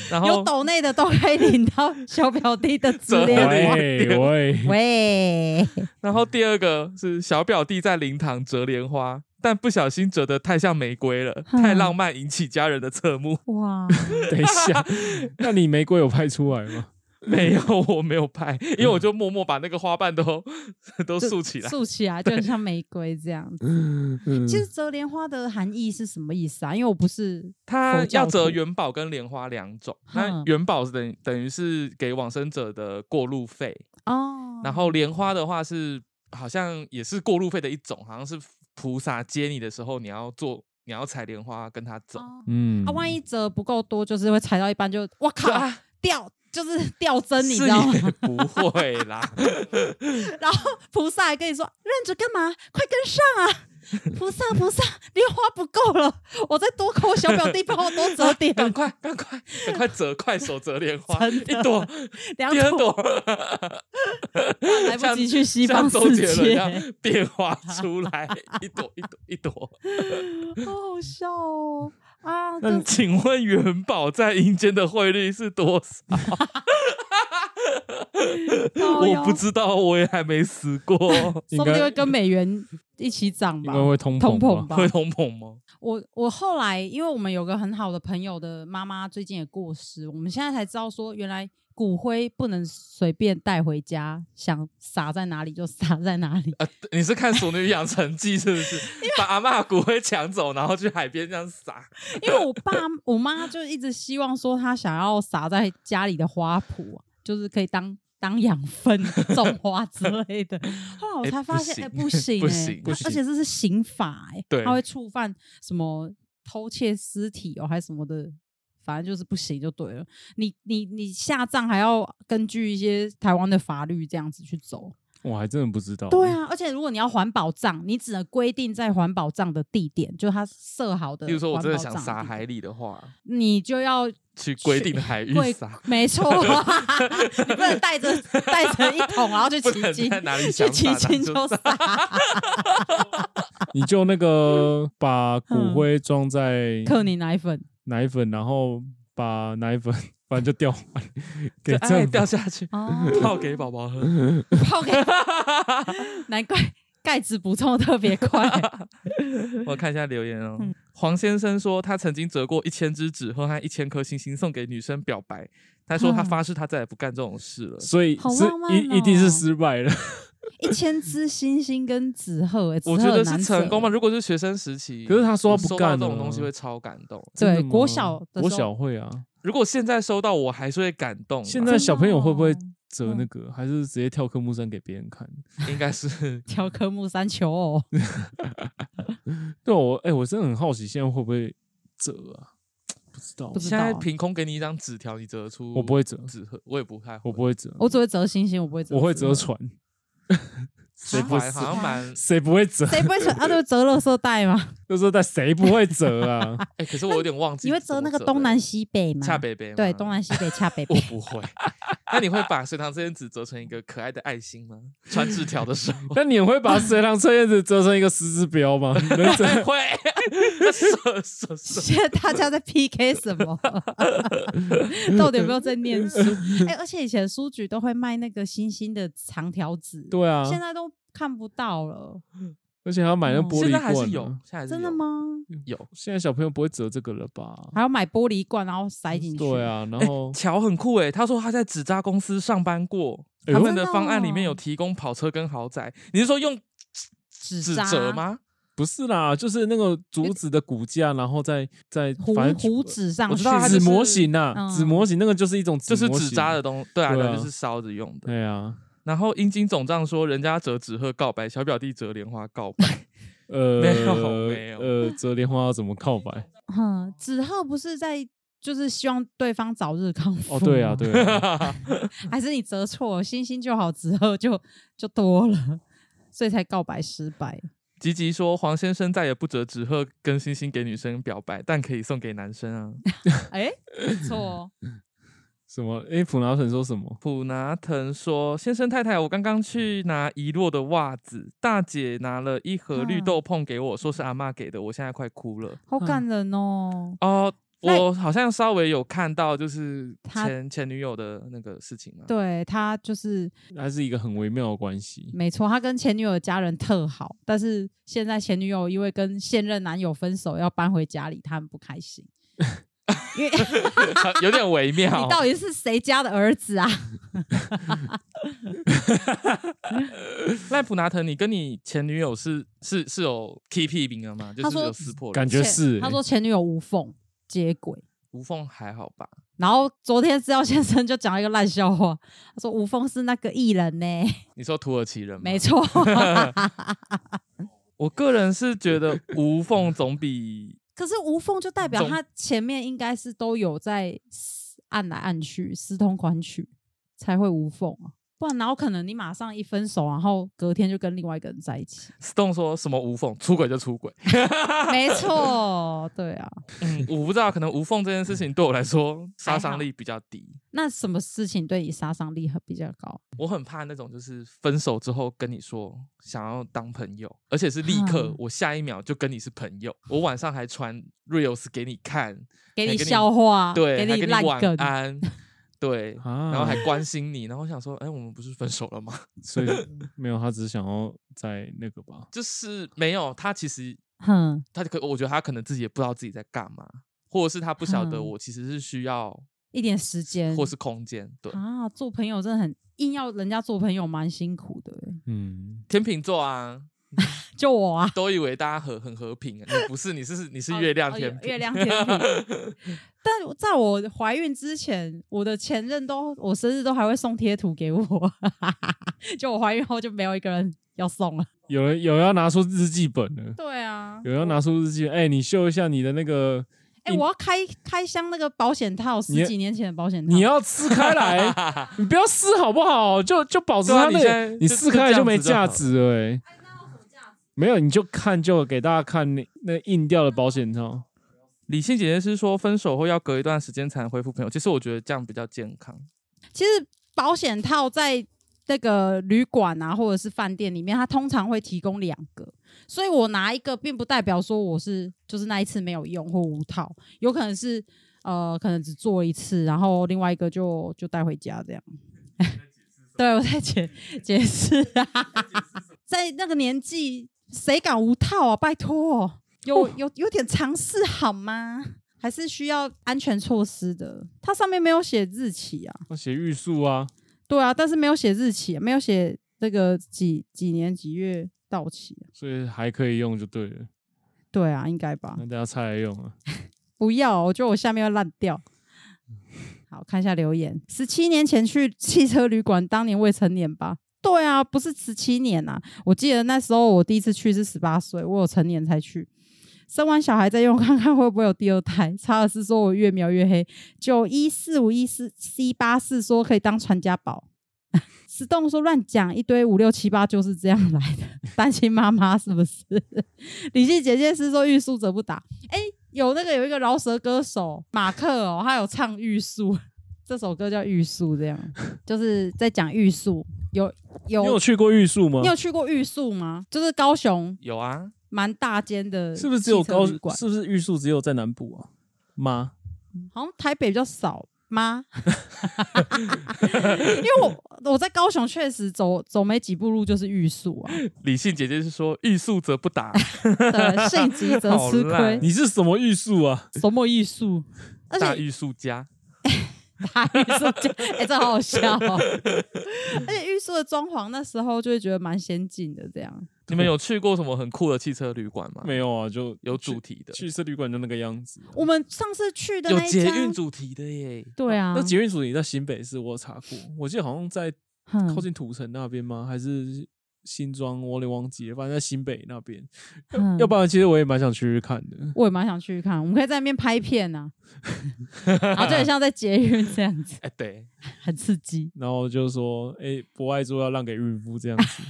[SPEAKER 2] 然后
[SPEAKER 1] 有抖内的都可以领到小表弟的纸莲花。
[SPEAKER 3] 喂喂，
[SPEAKER 1] 喂，
[SPEAKER 2] 然后第二个是小表弟在灵堂折莲花，但不小心折得太像玫瑰了，
[SPEAKER 1] 嗯
[SPEAKER 2] 太浪漫，引起家人的侧 目。
[SPEAKER 1] 哇，
[SPEAKER 3] 等一下，那你玫瑰有拍出来吗？
[SPEAKER 2] 没有，我没有拍，因为我就默默把那个花瓣都都
[SPEAKER 1] 就
[SPEAKER 2] 竖起来。
[SPEAKER 1] 竖起来就很像玫瑰这样子。
[SPEAKER 3] 嗯
[SPEAKER 1] 其实折莲花的含义是什么意思啊？因为我不是
[SPEAKER 2] 它
[SPEAKER 1] 佛教
[SPEAKER 2] 要折
[SPEAKER 1] 徒
[SPEAKER 2] 元宝跟莲花两种，那
[SPEAKER 1] 嗯
[SPEAKER 2] 元宝是等等于是给往生者的过路费，
[SPEAKER 1] 哦，
[SPEAKER 2] 然后莲花的话是好像也是过路费的一种，好像是菩萨接你的时候，你要做你要采莲花跟他走。
[SPEAKER 1] 哦
[SPEAKER 3] 嗯。
[SPEAKER 1] 啊，万一折不够多，就是会踩到一半就哇靠
[SPEAKER 2] 是啊
[SPEAKER 1] 掉， 就是掉针，你
[SPEAKER 2] 是
[SPEAKER 1] 知道吗？
[SPEAKER 2] 也不会啦，
[SPEAKER 1] 然后菩萨还跟你说愣着干嘛？快跟上啊！菩萨菩萨，莲花不够了，我再多扣小表弟帮我多 折 点，
[SPEAKER 2] 赶快赶快赶快折，快手折莲花，
[SPEAKER 1] 真的
[SPEAKER 2] 一朵
[SPEAKER 1] 两
[SPEAKER 2] 第二
[SPEAKER 1] 朵
[SPEAKER 2] 朵，
[SPEAKER 1] 来不及去西
[SPEAKER 2] 啊
[SPEAKER 1] 方
[SPEAKER 2] 像周
[SPEAKER 1] 世
[SPEAKER 2] 杰伦一
[SPEAKER 1] 界，
[SPEAKER 2] 样变化出来，一朵一朵一朵。
[SPEAKER 1] 好好笑哦啊！
[SPEAKER 2] 那
[SPEAKER 1] 这
[SPEAKER 2] 请问元宝在阴间的汇率是多少？
[SPEAKER 1] 高
[SPEAKER 2] 我
[SPEAKER 1] 哟
[SPEAKER 2] 不知道，我也还没死 过
[SPEAKER 3] 应
[SPEAKER 1] 说不定
[SPEAKER 3] 该
[SPEAKER 1] 会跟美元一起涨
[SPEAKER 3] 应
[SPEAKER 1] 吧，
[SPEAKER 3] 该会通
[SPEAKER 1] 通
[SPEAKER 3] 膨
[SPEAKER 1] 膨吧
[SPEAKER 3] 吧？
[SPEAKER 2] 会。通膨吗？
[SPEAKER 1] 我我后来，因为我们有个很好的朋友的妈妈最近也过世，我们现在才知道说，原来骨灰不能随便带回家，想撒在哪里就撒在哪里。
[SPEAKER 2] 呃你是看《熟女养成记》是不 是？把阿嬷骨灰抢走，然后去海边这样撒？
[SPEAKER 1] 因为我爸我妈就一直希望说，她想要撒在家里的花圃啊、就是可以当当养分种花之类的。后来我
[SPEAKER 2] 哎
[SPEAKER 1] 才
[SPEAKER 2] 不
[SPEAKER 1] 发现，哎、
[SPEAKER 2] 行
[SPEAKER 1] 不行、
[SPEAKER 2] 不
[SPEAKER 1] 哎
[SPEAKER 2] 行
[SPEAKER 3] 不
[SPEAKER 1] 而
[SPEAKER 3] 行
[SPEAKER 1] 而且这是刑法、哎，
[SPEAKER 2] 对
[SPEAKER 1] 他会触犯什么偷窃尸体哦，还是什么的。反正就是不行就对了，你你你下葬还要根据一些台湾的法律这样子去走，
[SPEAKER 3] 我还真的不知道。
[SPEAKER 1] 对，啊，而且如果你要环保葬，你只能规定在环保葬的地点，就它设好的。
[SPEAKER 2] 例如说，我真的想撒海，里的话，
[SPEAKER 1] 你就要
[SPEAKER 2] 去规定的 海域
[SPEAKER 1] 贵
[SPEAKER 2] 撒，
[SPEAKER 1] 没错，啊 你不能带着带着一桶，然后去
[SPEAKER 2] 不
[SPEAKER 1] 骑
[SPEAKER 2] 能
[SPEAKER 1] 金，
[SPEAKER 2] 在哪里
[SPEAKER 1] 去
[SPEAKER 2] 想
[SPEAKER 1] 骑
[SPEAKER 2] 撒
[SPEAKER 1] 金
[SPEAKER 2] 就
[SPEAKER 1] 就
[SPEAKER 2] 撒
[SPEAKER 1] 撒。
[SPEAKER 3] 你就那 个
[SPEAKER 1] 嗯
[SPEAKER 3] 把骨灰装在
[SPEAKER 1] 克你奶粉，
[SPEAKER 3] 奶粉，然后把奶粉反正就掉完，给
[SPEAKER 2] 就哎
[SPEAKER 3] 政府
[SPEAKER 2] 掉下去，
[SPEAKER 1] 哦，
[SPEAKER 2] 泡给宝宝喝。
[SPEAKER 1] 泡给，难怪钙质补充得特别 快。
[SPEAKER 2] 我看一下留言哦。黄先生说，他曾经折过一千只纸鹤和一千颗星星送给女生表白。他说他
[SPEAKER 1] 嗯
[SPEAKER 2] 发誓他再也不干这种事了。
[SPEAKER 3] 所以
[SPEAKER 1] 好
[SPEAKER 3] 是
[SPEAKER 1] 浪漫
[SPEAKER 3] 一一定是
[SPEAKER 1] 哦
[SPEAKER 3] 失败了。
[SPEAKER 1] 一千只星星跟纸鹤，哎
[SPEAKER 2] 我
[SPEAKER 1] 纸
[SPEAKER 2] 觉
[SPEAKER 1] 鹤
[SPEAKER 2] 得
[SPEAKER 1] 很难欸
[SPEAKER 2] 是成功
[SPEAKER 1] 折
[SPEAKER 2] 嘛？？如果是学生时期，
[SPEAKER 3] 可是他说
[SPEAKER 2] 我
[SPEAKER 3] 他不
[SPEAKER 2] 收
[SPEAKER 3] 干
[SPEAKER 2] 到这种
[SPEAKER 3] 了
[SPEAKER 2] 东西会超感动。
[SPEAKER 3] 真的
[SPEAKER 1] 对，
[SPEAKER 3] 吗
[SPEAKER 1] 国小的
[SPEAKER 3] 国
[SPEAKER 1] 时候
[SPEAKER 3] 小会啊，
[SPEAKER 2] 如果现在收到，我还是会感动啊。
[SPEAKER 1] 哦
[SPEAKER 3] 现在小朋友会不会
[SPEAKER 1] 嗯
[SPEAKER 3] 折那个，还是直接跳科目三给别人看？
[SPEAKER 2] 应该是
[SPEAKER 1] 挑科目三求偶，
[SPEAKER 3] 对我，哎、我真的很好奇，现在会不会折啊？不知道
[SPEAKER 1] 不，知
[SPEAKER 2] 现
[SPEAKER 1] 道
[SPEAKER 2] 在
[SPEAKER 1] 啊
[SPEAKER 2] 凭空给你一张纸条，你折得出？
[SPEAKER 3] 我不会折，
[SPEAKER 2] 纸鹤，我也不太
[SPEAKER 3] 我不会折，
[SPEAKER 1] 我只会折星星，我不会哦折，
[SPEAKER 3] 我会折，船，谁
[SPEAKER 2] 谁
[SPEAKER 3] 不会
[SPEAKER 2] 好像蛮
[SPEAKER 3] 谁不会折？
[SPEAKER 1] 谁不会折啊？对，折垃圾袋嘛，
[SPEAKER 3] 就是在谁不会折啊？
[SPEAKER 2] 哎，可是我有点忘记
[SPEAKER 1] 你会折
[SPEAKER 2] 怎
[SPEAKER 1] 那
[SPEAKER 2] 么
[SPEAKER 1] 个
[SPEAKER 2] 的
[SPEAKER 1] 东南西北吗？
[SPEAKER 2] 恰北北吗
[SPEAKER 1] 对，东南西北恰 北
[SPEAKER 2] 我
[SPEAKER 1] 北，
[SPEAKER 2] 不会。那你会把隋唐这件纸折成一个可爱的爱心吗？传纸条的时候
[SPEAKER 3] 那你会把水塘测验纸折成一个十字标吗？ 能 折
[SPEAKER 2] 会射射射，
[SPEAKER 1] 现在大家在 PK 什么？到底有没有在念书？哎、而且以前书局都会卖那个星星的长条纸，
[SPEAKER 3] 对啊，
[SPEAKER 1] 现在嗯都看不到了，
[SPEAKER 3] 而且还要买那玻
[SPEAKER 2] 现
[SPEAKER 3] 璃
[SPEAKER 2] 在
[SPEAKER 3] 罐、啊。
[SPEAKER 2] 还是有，现在还是
[SPEAKER 1] 真的
[SPEAKER 2] 有？
[SPEAKER 1] 吗？
[SPEAKER 2] 有。
[SPEAKER 3] 现在小朋友不会折这个了吧？
[SPEAKER 1] 还要买玻璃罐，然后塞进去。
[SPEAKER 3] 对，啊，然
[SPEAKER 2] 哎
[SPEAKER 3] 后、
[SPEAKER 2] 乔很酷哎，他说他在纸扎公司上班过，
[SPEAKER 3] 哎
[SPEAKER 2] 他
[SPEAKER 3] 呦
[SPEAKER 2] 们的方案里面有提供跑车跟豪宅。你是说用
[SPEAKER 1] 纸
[SPEAKER 2] 纸
[SPEAKER 1] 扎
[SPEAKER 2] 折？吗？
[SPEAKER 3] 不是啦，就是那个竹子的骨架，然后再再
[SPEAKER 1] 糊
[SPEAKER 3] 反
[SPEAKER 1] 糊
[SPEAKER 3] 正
[SPEAKER 1] 纸上
[SPEAKER 2] 我
[SPEAKER 1] 去
[SPEAKER 2] 知道它
[SPEAKER 3] 纸
[SPEAKER 2] 就是
[SPEAKER 3] 模型呐、
[SPEAKER 1] 嗯
[SPEAKER 3] 纸模型那个就是一种纸
[SPEAKER 2] 就
[SPEAKER 3] 模
[SPEAKER 2] 是
[SPEAKER 3] 型，
[SPEAKER 2] 纸扎的东，对啊，
[SPEAKER 3] 对啊
[SPEAKER 2] 那就是烧着用的。
[SPEAKER 3] 对啊，
[SPEAKER 2] 然后阴茎总账说人家折纸鹤告白，小表弟折莲花告白，
[SPEAKER 3] 呃，
[SPEAKER 2] 没有没有
[SPEAKER 3] 呃，折莲花要怎么告白？
[SPEAKER 1] 嗯，纸鹤不是在就是希望对方早日康复？
[SPEAKER 3] 哦，对啊，，对啊，
[SPEAKER 1] 还是你折错了，星星就好，纸鹤就就多了，所以才告白失败。
[SPEAKER 2] 吉吉说：“黄先生再也不折纸鹤跟星星给女生表白，但可以送给男生啊。
[SPEAKER 1] 哎、不错哦，
[SPEAKER 3] 什么？哎，普拿腾说什么”？
[SPEAKER 2] 普拿藤说：“先生太太，我刚刚去拿遗落的袜子，大姐拿了一
[SPEAKER 1] 嗯
[SPEAKER 2] 盒绿豆碰给我，说是阿嬷给的，我现在快哭了。
[SPEAKER 1] 好感人哦。
[SPEAKER 2] 哦，
[SPEAKER 1] 那
[SPEAKER 2] 我好像稍微有看到，就是
[SPEAKER 1] 他
[SPEAKER 2] 前前女友的那个事情嘛。啊
[SPEAKER 1] 对他就是
[SPEAKER 3] 还是一个很微妙的关系。
[SPEAKER 1] 没错，他跟前女友的家人特好，但是现在前女友因为跟现任男友分手，要搬回家里，他很不开心。因为你
[SPEAKER 2] 有点微妙。
[SPEAKER 1] 到底是谁家的儿子啊？
[SPEAKER 2] 赖普拿藤，你跟你前女友是是是有 T P 饼了吗？就
[SPEAKER 1] 他
[SPEAKER 2] 是
[SPEAKER 1] 说
[SPEAKER 2] 有撕破
[SPEAKER 3] 感
[SPEAKER 2] 脸
[SPEAKER 3] 觉是欸
[SPEAKER 1] 他说前女友无缝接轨。
[SPEAKER 2] 无缝还好吧？
[SPEAKER 1] 然后昨天资料先生就讲了一个烂笑话，他说吴峰是那个艺人呢、
[SPEAKER 2] 你说土耳其人吗？
[SPEAKER 1] 没错，
[SPEAKER 2] 我个人是觉得无缝总比
[SPEAKER 1] 可是无缝就代表他前面应该是都有在撕按来按去、私通款曲才会无缝啊，不然哪有可能你马上一分手，然后隔天就跟另外一个人在一 起？
[SPEAKER 2] Stone 说什么无缝出轨就 出轨。
[SPEAKER 1] 没错，对啊。
[SPEAKER 2] 嗯，我不知道，可能无缝这件事
[SPEAKER 1] 嗯
[SPEAKER 2] 情对我来说杀伤力比较低。
[SPEAKER 1] 那什么事情对你杀伤力比较高？
[SPEAKER 2] 我很怕那种就是分手之后跟你说想要当朋友，而且是立刻
[SPEAKER 1] 嗯，
[SPEAKER 2] 我下一秒就跟你是朋友。我晚上还传 reels 给你看，
[SPEAKER 1] 给
[SPEAKER 2] 还
[SPEAKER 1] 你
[SPEAKER 2] 跟你
[SPEAKER 1] 笑话，
[SPEAKER 2] 对，还
[SPEAKER 1] 啊给你
[SPEAKER 2] 跟
[SPEAKER 1] 烂
[SPEAKER 2] 你晚
[SPEAKER 1] 梗，
[SPEAKER 2] 安， 对，
[SPEAKER 3] 啊，
[SPEAKER 2] 然后还
[SPEAKER 1] 嗯
[SPEAKER 2] 关心你，然后我想说，哎，我们不是分手了吗？
[SPEAKER 3] 所以
[SPEAKER 1] 嗯
[SPEAKER 3] 没有，他只是想要在那个吧，
[SPEAKER 2] 就是没有，他其实
[SPEAKER 1] 哼，
[SPEAKER 2] 他可我觉得他可能自己也不知道自己在干嘛，或者是他不晓得
[SPEAKER 1] 嗯
[SPEAKER 2] 我其实是需要
[SPEAKER 1] 一点时间，
[SPEAKER 2] 或是空间。对，
[SPEAKER 1] 啊，做朋友真的很硬要人家做朋友，蛮辛苦的欸、
[SPEAKER 3] 嗯，
[SPEAKER 2] 天秤座啊，
[SPEAKER 1] 就我啊，
[SPEAKER 2] 都以为大家和很和平，啊你不是，你是你是
[SPEAKER 1] 哦
[SPEAKER 2] 月亮
[SPEAKER 1] 哦月
[SPEAKER 2] 天秤，
[SPEAKER 1] 月亮天 平但在我怀孕之前，我的前任都我生日都还会送贴图给我， 就我怀孕后就没有一个人要送了。
[SPEAKER 3] 有人有人要拿出日记本了，
[SPEAKER 1] 对啊，
[SPEAKER 3] 有人要拿出日记本，哎，你秀一下你的那个，
[SPEAKER 1] 哎、我要开开箱那个保险套，
[SPEAKER 3] 你
[SPEAKER 1] 十几年前的保险套。
[SPEAKER 3] 你要撕开来， 你不要撕好不好？就就保持
[SPEAKER 2] 对啊
[SPEAKER 3] 它那
[SPEAKER 2] 你现
[SPEAKER 3] 个
[SPEAKER 2] 在，
[SPEAKER 3] 你
[SPEAKER 2] 就
[SPEAKER 3] 撕开来
[SPEAKER 2] 就这样
[SPEAKER 3] 没
[SPEAKER 2] 子就好
[SPEAKER 3] 价值了，哎，没有，你就看就给大家看那那印掉的保险套，
[SPEAKER 2] 理性姐姐是说分手后要隔一段时间才能恢复朋友，其实我觉得这样比较健康。
[SPEAKER 1] 其实保险套在那个旅馆啊，或者是饭店里面，它通常会提供两个，所以我拿一个，并不代表说我是就是那一次没有用或无套，有可能是呃，可能只做一次，然后另外一个就就带回家这样。 对，我在解解释啊， 在那个年纪，谁敢无套啊？拜托，有有有点尝试好吗？还是需要安全措施的。它上面没有写日期啊。
[SPEAKER 3] 要写玉树啊，
[SPEAKER 1] 对啊，但是没有写日期，没有写这个几几年几月到期、啊
[SPEAKER 3] 所以还可以用就对了，
[SPEAKER 1] 对
[SPEAKER 3] 嗯
[SPEAKER 1] 啊，应该吧
[SPEAKER 3] 那？大家拆来用啊。
[SPEAKER 1] 不要，我觉得我下面要烂掉。好看一下留言，十七年前去汽车旅馆，当年未成年吧？对啊，不是十七年啊，我记得那时候我第一次去是十八岁，我有成年才去。生完小孩再用 看看会不会有第二胎。查尔斯说我越描越黑。九一四五一四 C 八四说可以当传家宝。 石栋说乱讲一堆，五六七八就是这样来的。担心妈妈是不是？ 李信姐姐是说欲速则不达。哎、有那个有一个饶舌歌手马克哦，他有唱欲速， 这首歌叫欲速，这样就是在讲欲速。有有
[SPEAKER 3] 你有去过玉树吗
[SPEAKER 1] 你？有去过玉树吗？就是高雄
[SPEAKER 2] 有啊，
[SPEAKER 1] 蛮大间的，
[SPEAKER 3] 是不是只有高？
[SPEAKER 1] 馆？
[SPEAKER 3] 是不是玉树只有在南部啊？吗？
[SPEAKER 1] 好像台北比较少吗？ 因为我我在高雄确实走走没几步路就是玉树啊，
[SPEAKER 2] 理性姐姐是说欲速则不达，
[SPEAKER 1] 对， 性急则吃
[SPEAKER 2] 好烂
[SPEAKER 1] 亏，
[SPEAKER 3] 你是什么玉树啊？
[SPEAKER 1] 什么艺术？ 而
[SPEAKER 2] 大
[SPEAKER 1] 且
[SPEAKER 2] 欲速家。
[SPEAKER 1] 大玉树家，哎、这好好笑哦！而且玉树的装潢那时候就会觉得蛮先进的，这样
[SPEAKER 2] 你们有去过什么很酷的汽车旅馆吗？
[SPEAKER 3] 没有啊，就
[SPEAKER 2] 有
[SPEAKER 3] 去
[SPEAKER 2] 主题的，
[SPEAKER 3] 去吃旅馆就那个样子。啊
[SPEAKER 1] 我们上次去的
[SPEAKER 2] 有
[SPEAKER 1] 那一
[SPEAKER 2] 捷
[SPEAKER 1] 家，
[SPEAKER 2] 运主题的耶。
[SPEAKER 1] 对啊，
[SPEAKER 3] 那捷运组也在新北市，我有查过，我记得好像在
[SPEAKER 1] 哼
[SPEAKER 3] 靠近土城那边吗？还是新庄？我有点忘记了，反正在新北那边。
[SPEAKER 1] 哼
[SPEAKER 3] 要不然，其实我也蛮想去去看的。
[SPEAKER 1] 我也蛮想去看，我们可以在那边拍片 呐、啊，然后就很像在捷运这样子，
[SPEAKER 2] 哎， 对，
[SPEAKER 1] 很刺激。
[SPEAKER 3] 然后就说，哎、博爱座要让给孕妇这样子。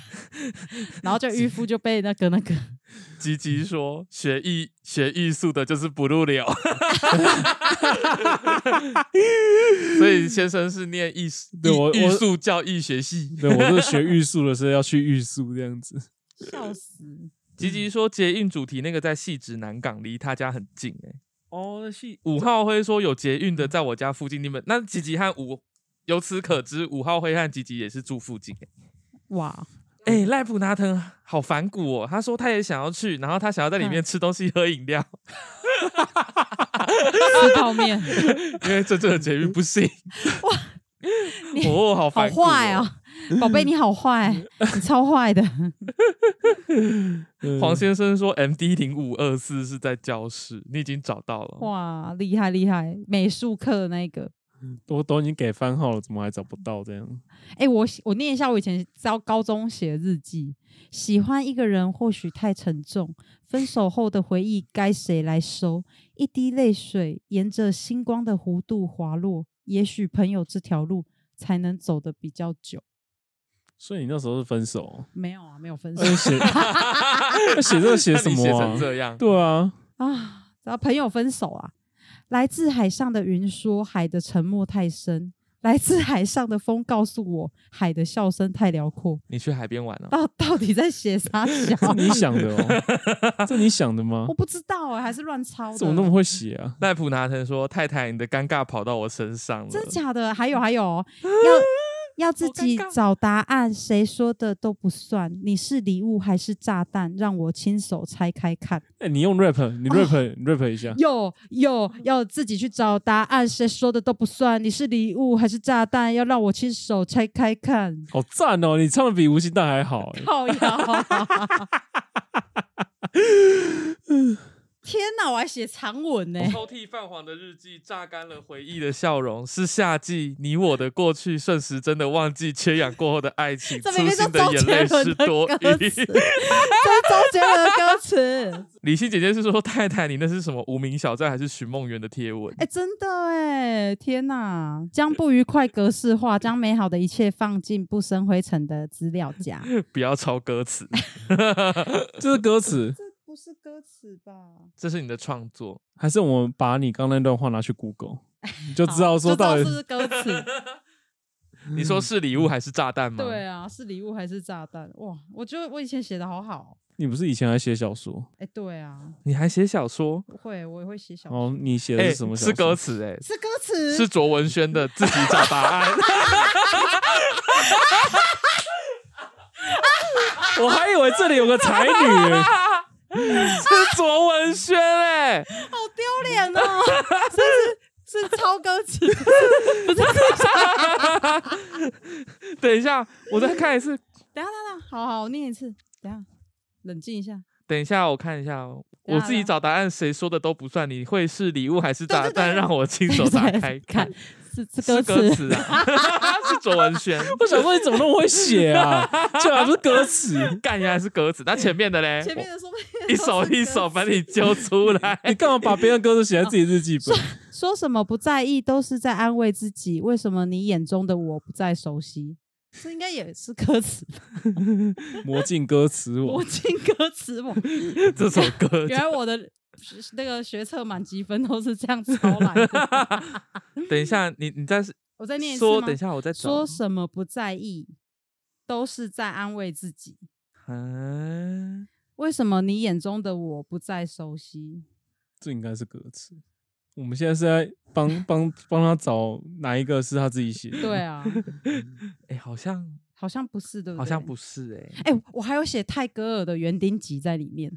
[SPEAKER 1] 然后就渔夫就被那个那 个，
[SPEAKER 2] 吉吉说学艺学艺术的就是不入流， 所以先生是念艺术，
[SPEAKER 3] 对我
[SPEAKER 2] 艺艺
[SPEAKER 3] 我
[SPEAKER 2] 术教育学系。
[SPEAKER 3] 对，我 是学玉树的，是要去玉树这样子。
[SPEAKER 1] 笑死！
[SPEAKER 2] 吉
[SPEAKER 3] 嗯
[SPEAKER 2] 吉说捷运主题那个在细直南港，离他家很近哎、
[SPEAKER 3] 哦，那戏
[SPEAKER 2] 五号辉说有捷运的在我家附近，你们那吉吉和五，由此可知五号辉和吉吉也是住附近、欸。
[SPEAKER 1] 哇，
[SPEAKER 2] 哎、
[SPEAKER 3] 嗯
[SPEAKER 2] 赖普拿腾好反骨哦！他说他也想要去，然后他想要在里
[SPEAKER 3] 嗯
[SPEAKER 2] 面吃东西、喝饮料，
[SPEAKER 1] 吃泡 面，
[SPEAKER 2] 因为真正的捷运 不行。
[SPEAKER 1] 你
[SPEAKER 2] 哇，哦，好
[SPEAKER 1] 好
[SPEAKER 2] 反骨、
[SPEAKER 1] 坏哦！宝贝，你好 坏，你超坏的。哦
[SPEAKER 2] 黄先生说，M D 零五二四是在教室，你已经找到了。
[SPEAKER 1] 哇，厉害厉害！美术课的那个，
[SPEAKER 3] 我都已经给番号了，怎么还找不到这样？
[SPEAKER 1] 哎、我写我念一下我以前教高中写的日记。喜欢一个人或许太沉重，分手后的回忆该谁来收？一滴泪水沿着星光的弧度滑落，也许朋友这条路才能走得比较久。
[SPEAKER 3] 所以你那时候是分手 哦，
[SPEAKER 1] 没有啊，没有分手
[SPEAKER 3] 那你写那写这写什
[SPEAKER 2] 看你写
[SPEAKER 3] 么
[SPEAKER 2] 成
[SPEAKER 3] 啊？
[SPEAKER 2] 这样，
[SPEAKER 3] 对啊，
[SPEAKER 1] 啊，然后朋友分手啊。来自海上的云说，海的沉默太深；来自海上的风告诉我，海的笑声太辽阔。
[SPEAKER 2] 你去海边玩哦了、
[SPEAKER 1] 到到底在写啥小？
[SPEAKER 3] 是 你想的哦，这你想的吗
[SPEAKER 1] 我？不知道哎、还是乱抄的？
[SPEAKER 3] 啊怎么那么会写啊？
[SPEAKER 2] 赖普拿腾说，太太，你的尴尬跑到我身上了。
[SPEAKER 1] 真假的？还有还有哦，要要自
[SPEAKER 2] 好尴
[SPEAKER 1] 己
[SPEAKER 2] 尬
[SPEAKER 1] 找答案，谁说的都不算。你是礼物还是炸弹？让我亲手拆开看。
[SPEAKER 3] 哎、你用 rap，你 rap，、你 rap 一 下。
[SPEAKER 1] 有有，要自己去找答案，谁说的都不算。你是礼物还是炸弹？要让我亲手拆开看。
[SPEAKER 3] 好赞哦！你唱的比吴昕大还好、哎
[SPEAKER 1] 靠腰、天哪，我还写长文欸 呢、
[SPEAKER 2] 抽屉泛黄的日记榨干了回忆的笑容，是夏季你我的过去，瞬时真的忘记缺氧过后的爱情，
[SPEAKER 1] 这
[SPEAKER 2] 粗
[SPEAKER 1] 明明就
[SPEAKER 2] 心
[SPEAKER 1] 周
[SPEAKER 2] 眼
[SPEAKER 1] 杰
[SPEAKER 2] 泪
[SPEAKER 1] 伦
[SPEAKER 2] 是
[SPEAKER 1] 的歌
[SPEAKER 2] 多
[SPEAKER 1] 词，这是
[SPEAKER 2] 余。
[SPEAKER 1] 周杰伦的歌词。
[SPEAKER 2] 李欣姐姐是说太太，你那是什么无名小站还是寻梦园的贴文？
[SPEAKER 1] 哎、真的哎，天哪！将不愉快格式化，将美好的一切放进不生灰尘的资料夹。
[SPEAKER 2] 不要抄歌词，
[SPEAKER 3] 这是歌词，
[SPEAKER 1] 不是歌词吧？
[SPEAKER 2] 这是你的创作。
[SPEAKER 3] 还是我们把你刚那段话拿去 Google，你就知道说到
[SPEAKER 1] 就
[SPEAKER 3] 底
[SPEAKER 1] 知道是不是歌词？
[SPEAKER 2] 你
[SPEAKER 3] 嗯
[SPEAKER 2] 说是礼物还是炸弹吗？
[SPEAKER 1] 对啊，是礼物还是炸弹？哇，我觉得我以前写的好好哦。
[SPEAKER 3] 你不是以前还写小说？
[SPEAKER 1] 哎、对啊，
[SPEAKER 2] 你还写小说？
[SPEAKER 1] 会，我也会写小说。
[SPEAKER 3] 哦，你写的
[SPEAKER 2] 哎、
[SPEAKER 3] 是什么小说？
[SPEAKER 2] 是歌词哎、
[SPEAKER 1] 是歌词，
[SPEAKER 2] 是卓文萱的自己找答案。
[SPEAKER 3] 我还以为这里有个才女、
[SPEAKER 2] 是卓文萱哎、
[SPEAKER 1] 好丢脸哦！是是是超歌词，不是？等一下，
[SPEAKER 2] 等一下，我再看一次。
[SPEAKER 1] 等一下，好好，我念一次。等一下，冷静一下。
[SPEAKER 2] 等一下，我看一下哦，
[SPEAKER 1] 等
[SPEAKER 2] 我
[SPEAKER 1] 一下
[SPEAKER 2] 自己找答案，谁说的都不算。你会是礼物还是炸
[SPEAKER 1] 对对
[SPEAKER 2] 弹？
[SPEAKER 1] 对
[SPEAKER 2] 让我亲手打开
[SPEAKER 1] 看
[SPEAKER 2] 看。，
[SPEAKER 1] 是是
[SPEAKER 2] 是
[SPEAKER 1] 歌
[SPEAKER 2] 歌
[SPEAKER 1] 词，
[SPEAKER 2] 词啊， 是卓文萱。
[SPEAKER 3] 我想说你怎么那么会写啊？这还不是歌词？
[SPEAKER 2] 干原来是歌词，那前面的嘞，
[SPEAKER 1] 前面的说不定
[SPEAKER 2] 一
[SPEAKER 1] 都
[SPEAKER 2] 首
[SPEAKER 1] 是
[SPEAKER 2] 一
[SPEAKER 1] 歌
[SPEAKER 2] 首
[SPEAKER 1] 词
[SPEAKER 2] 把你揪出来。
[SPEAKER 3] 你干嘛把别人歌都写在自己日记本？
[SPEAKER 1] 说什么不在意，都是在安慰自己。为什么你眼中的我不再熟悉？这应该也是歌词吧，
[SPEAKER 3] 魔镜歌词
[SPEAKER 1] 我
[SPEAKER 3] 我，
[SPEAKER 1] 进歌词我。
[SPEAKER 2] 这首歌
[SPEAKER 1] 原来我的学那个学测满积分都是这样抄来 的。
[SPEAKER 2] 等一下，你你再
[SPEAKER 1] 我再念一次
[SPEAKER 2] 说，
[SPEAKER 1] 吗
[SPEAKER 2] 等一下我再找
[SPEAKER 1] 说。什么不在意，都是在安慰自己。
[SPEAKER 2] 嗯，
[SPEAKER 1] 为什么你眼中的我不再熟悉？
[SPEAKER 3] 这应该是歌词。我们现在是在帮帮帮他找哪一个是他自己写的？
[SPEAKER 1] 对， 啊，
[SPEAKER 2] 哎，好像
[SPEAKER 1] 好像不是，对不对？
[SPEAKER 2] 好像不。是哎，
[SPEAKER 1] 哎、我还有写泰戈尔的《园丁集》在里面，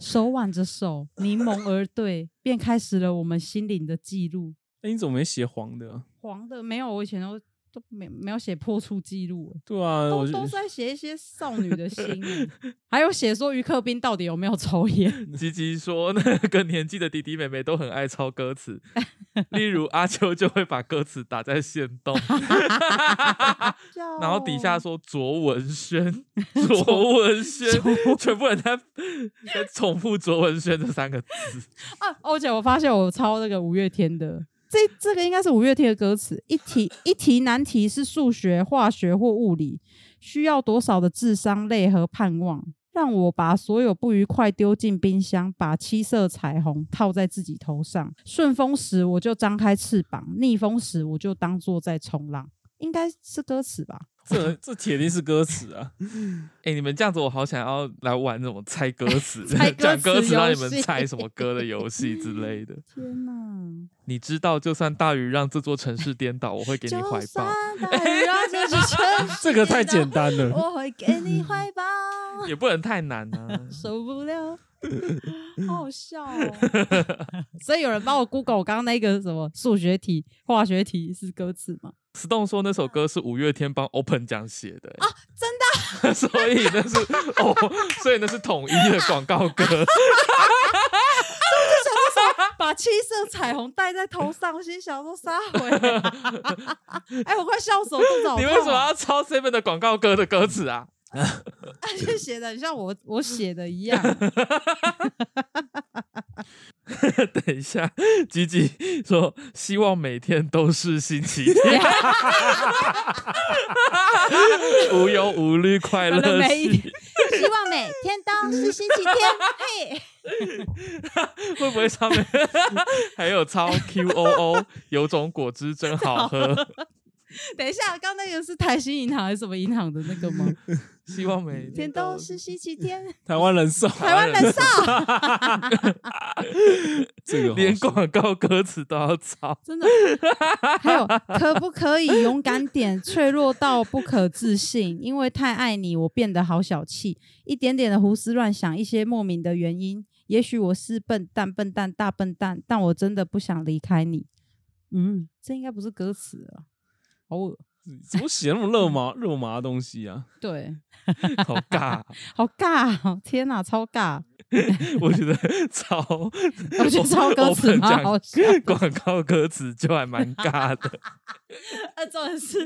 [SPEAKER 1] 手挽着手，柠檬而对，便开始了我们心灵的记录。
[SPEAKER 3] 哎，你怎么没写黄的啊？
[SPEAKER 1] 黄的没有，我以前都都没没有写破处记录、欸，
[SPEAKER 3] 对
[SPEAKER 2] 呃
[SPEAKER 3] 啊，
[SPEAKER 1] 都
[SPEAKER 3] 我就
[SPEAKER 1] 都是 在写一些少女的心欸， 还有写说于克斌到底有没有抽 烟，
[SPEAKER 2] 吉吉说那个年纪的弟弟妹妹都很爱抄 歌词，例如阿秋就会把歌词打在线洞，然后底
[SPEAKER 1] 哦
[SPEAKER 2] 下说卓文萱， 卓文萱，全部人在 在重复卓文萱这三个字。
[SPEAKER 1] 啊，欧姐，我发现我抄那个五月天的。这这个应该是五月天的歌词，一题一题难题是数学、化学或物理，需要多少的智商、泪和盼望，让我把所有不愉快丢进冰箱，把七色彩虹套在自己头上。顺风时我就张开翅膀，逆风时我就当作在冲浪，应该是歌词吧？
[SPEAKER 3] 这这铁定是歌词啊！
[SPEAKER 2] 哎、你们这样子，我好想要来玩那种猜歌 词
[SPEAKER 1] 猜、歌
[SPEAKER 2] 讲
[SPEAKER 1] 词
[SPEAKER 2] 歌词，让
[SPEAKER 1] 游
[SPEAKER 2] 你们
[SPEAKER 1] 戏
[SPEAKER 2] 猜什么歌的游戏之类的。
[SPEAKER 1] 天哪！
[SPEAKER 2] 你知道，就算大雨让这座城市颠倒，我会给你怀
[SPEAKER 1] 就
[SPEAKER 2] 抱
[SPEAKER 1] 算， 大雨让这座城市
[SPEAKER 3] 这个太简单
[SPEAKER 1] 变
[SPEAKER 3] 了。
[SPEAKER 1] 得，我会给你怀抱。。
[SPEAKER 2] 也不能太难啊
[SPEAKER 1] 受不 了，好好笑哦。所以有人帮我 Google 我刚刚那个什么数学题、化学题是歌词 吗？
[SPEAKER 2] Stone 说那首歌是五月天帮 Open 奖写的、
[SPEAKER 1] 哦
[SPEAKER 2] 啊，真的， 所以那是哦，所以那是统一的广告歌。
[SPEAKER 1] 把七色彩虹戴在头上，心想说撒回、 哎、我快笑死我，肚子 好痛、啊哦
[SPEAKER 2] 你为什么要抄 Seven 的广告歌的歌词啊？
[SPEAKER 1] 要写的很像我我写的一 样？
[SPEAKER 2] 等一下，吉吉说希望每天都是星期天，无忧无虑，快
[SPEAKER 1] 可能
[SPEAKER 2] 乐
[SPEAKER 1] 没一
[SPEAKER 2] 是。
[SPEAKER 1] 希望每天都是星期 天。嘿，
[SPEAKER 2] 会不会上 面还有超 Q O O？有种果汁真好喝，
[SPEAKER 1] 等一下，刚那个是台新银行还是什么银行的那个吗？
[SPEAKER 2] 希望每
[SPEAKER 1] 天都是星期天，
[SPEAKER 3] 台湾人送
[SPEAKER 1] 台湾人上。
[SPEAKER 3] 这个好
[SPEAKER 2] 连
[SPEAKER 3] 笑
[SPEAKER 2] 广告歌词都要抄。
[SPEAKER 1] 真 的。还有，可不可以勇敢 点，脆弱到不可置信？因为太爱你，我变得好小气，一点点的胡思乱想，一些莫名的原因。也许我是笨蛋、笨蛋、大笨蛋，但我真的不想离开你。嗯，这应该不是歌词啊，好恶，
[SPEAKER 3] 怎么写那么肉麻肉麻的东西啊？
[SPEAKER 1] 对，
[SPEAKER 2] 好 尬，
[SPEAKER 1] 好尬、哦，天哪，超尬！
[SPEAKER 2] 我觉得抄，
[SPEAKER 1] 我觉得超歌词
[SPEAKER 2] Open
[SPEAKER 1] 蛮
[SPEAKER 2] 讲
[SPEAKER 1] 好笑的。
[SPEAKER 2] 广告歌词就还蛮尬的。
[SPEAKER 1] 呃，重点是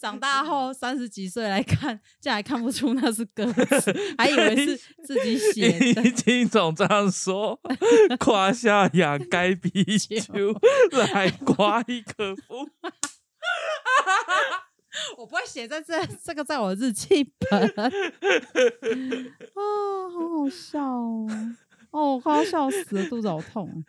[SPEAKER 1] 长大后三十几岁来看，竟然还看不出那是歌 词，还以为是自己写的。
[SPEAKER 2] 一听总这样 说，胯下仰，该比丘来刮一个风。
[SPEAKER 1] 我不会写在这 这个在我的日记本 啊，好好笑哦！哦，我快要笑死了，肚子好痛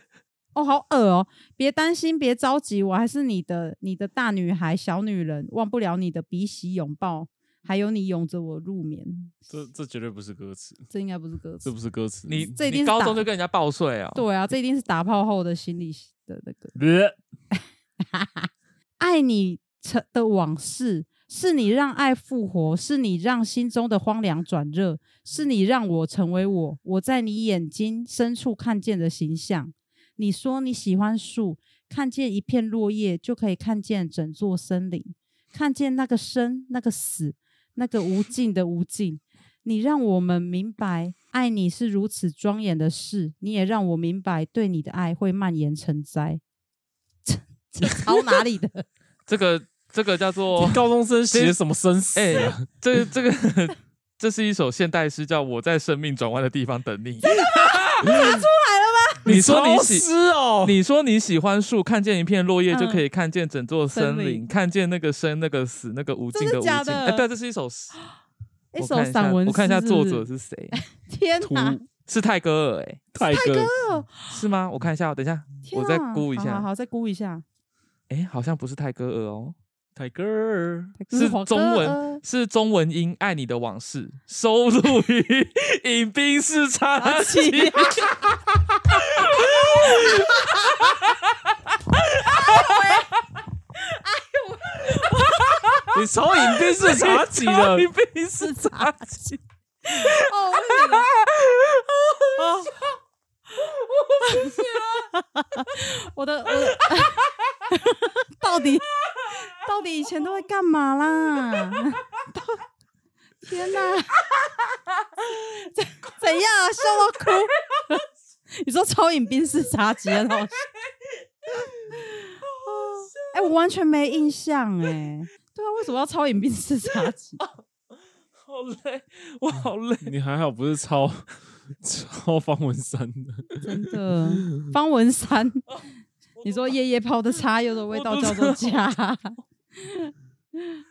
[SPEAKER 1] 哦，好恶哦！别担心，别着急，我还是你的你的大女孩、小女人，忘不了你的鼻息拥抱，还有你拥着我入眠。
[SPEAKER 3] 这这绝对不是歌词，
[SPEAKER 1] 这应该不是歌
[SPEAKER 3] 这
[SPEAKER 1] 词
[SPEAKER 3] 不，是歌词。
[SPEAKER 2] 你
[SPEAKER 1] 这一定
[SPEAKER 2] 你
[SPEAKER 1] 是
[SPEAKER 2] 高
[SPEAKER 1] 打
[SPEAKER 2] 中就跟人家报税哦？
[SPEAKER 1] 对啊，这一定是打炮后的心理的那个。
[SPEAKER 3] 呃
[SPEAKER 1] 爱你成的往事，是你让爱复活，是你让心中的荒凉转热，是你让我成为我，我在你眼睛深处看见的形象。你说你喜欢树，看见一片落叶就可以看见整座森林，看见那个生，那个死，那个无尽的无尽。你让我们明白，爱你是如此庄严的事，你也让我 明白，对你的爱会蔓延成灾。这这抄哪里的？
[SPEAKER 2] 这个这个叫做
[SPEAKER 3] 你高中生写什么生死
[SPEAKER 2] 哎、
[SPEAKER 3] 啊？
[SPEAKER 2] 这这个 这是一首现代诗，叫《我在生命转弯的地方等你》。 你说你
[SPEAKER 3] 潮
[SPEAKER 2] 喜
[SPEAKER 3] 湿哦，
[SPEAKER 2] 你说你喜欢树，看见一片落叶就可以看见整座森
[SPEAKER 1] 嗯森
[SPEAKER 2] 林，
[SPEAKER 1] 林
[SPEAKER 2] 看见那个生、那个死、那个无尽
[SPEAKER 1] 真的
[SPEAKER 2] 无尽。
[SPEAKER 1] 假的
[SPEAKER 2] 哎，对啊，这是一首诗，
[SPEAKER 1] 一
[SPEAKER 2] 我
[SPEAKER 1] 首
[SPEAKER 2] 看一下
[SPEAKER 1] 散文诗
[SPEAKER 2] 我看一下
[SPEAKER 1] 是不
[SPEAKER 2] 作
[SPEAKER 1] 是
[SPEAKER 2] 者是谁，
[SPEAKER 1] 天
[SPEAKER 3] 图
[SPEAKER 1] 哪！
[SPEAKER 2] 是泰戈尔，哎，
[SPEAKER 3] 泰哥
[SPEAKER 2] 是吗？我看一下，哦等一下，
[SPEAKER 1] 天
[SPEAKER 2] 我再
[SPEAKER 1] 啊
[SPEAKER 2] 估一
[SPEAKER 1] 好好
[SPEAKER 2] 下。
[SPEAKER 1] 好，再估一下，
[SPEAKER 2] 哎，好像不是泰戈尔哦，
[SPEAKER 3] 泰戈尔，
[SPEAKER 1] 这
[SPEAKER 2] 是
[SPEAKER 1] 黄
[SPEAKER 2] 中
[SPEAKER 1] 歌
[SPEAKER 2] 文，是中文音《爱你的往事》，收录于影冰市
[SPEAKER 1] 啊
[SPEAKER 2] 场
[SPEAKER 1] 起
[SPEAKER 2] 集。，
[SPEAKER 3] 你朝影边是茶几的
[SPEAKER 2] 影冰市场集。
[SPEAKER 1] 哦，我也觉得哦 我的我的到底到底以前都会干嘛啦？到天哪！怎怎样啊？笑到哭？你说超饮冰室茶几的东西？哎、我完全没印象哎、对啊，为什么要超饮冰室茶几？
[SPEAKER 2] 好累，我好累。
[SPEAKER 3] 你还好不是抄抄方文山的？
[SPEAKER 1] 真的，方文山，你说夜夜泡的茶油的味道叫做家，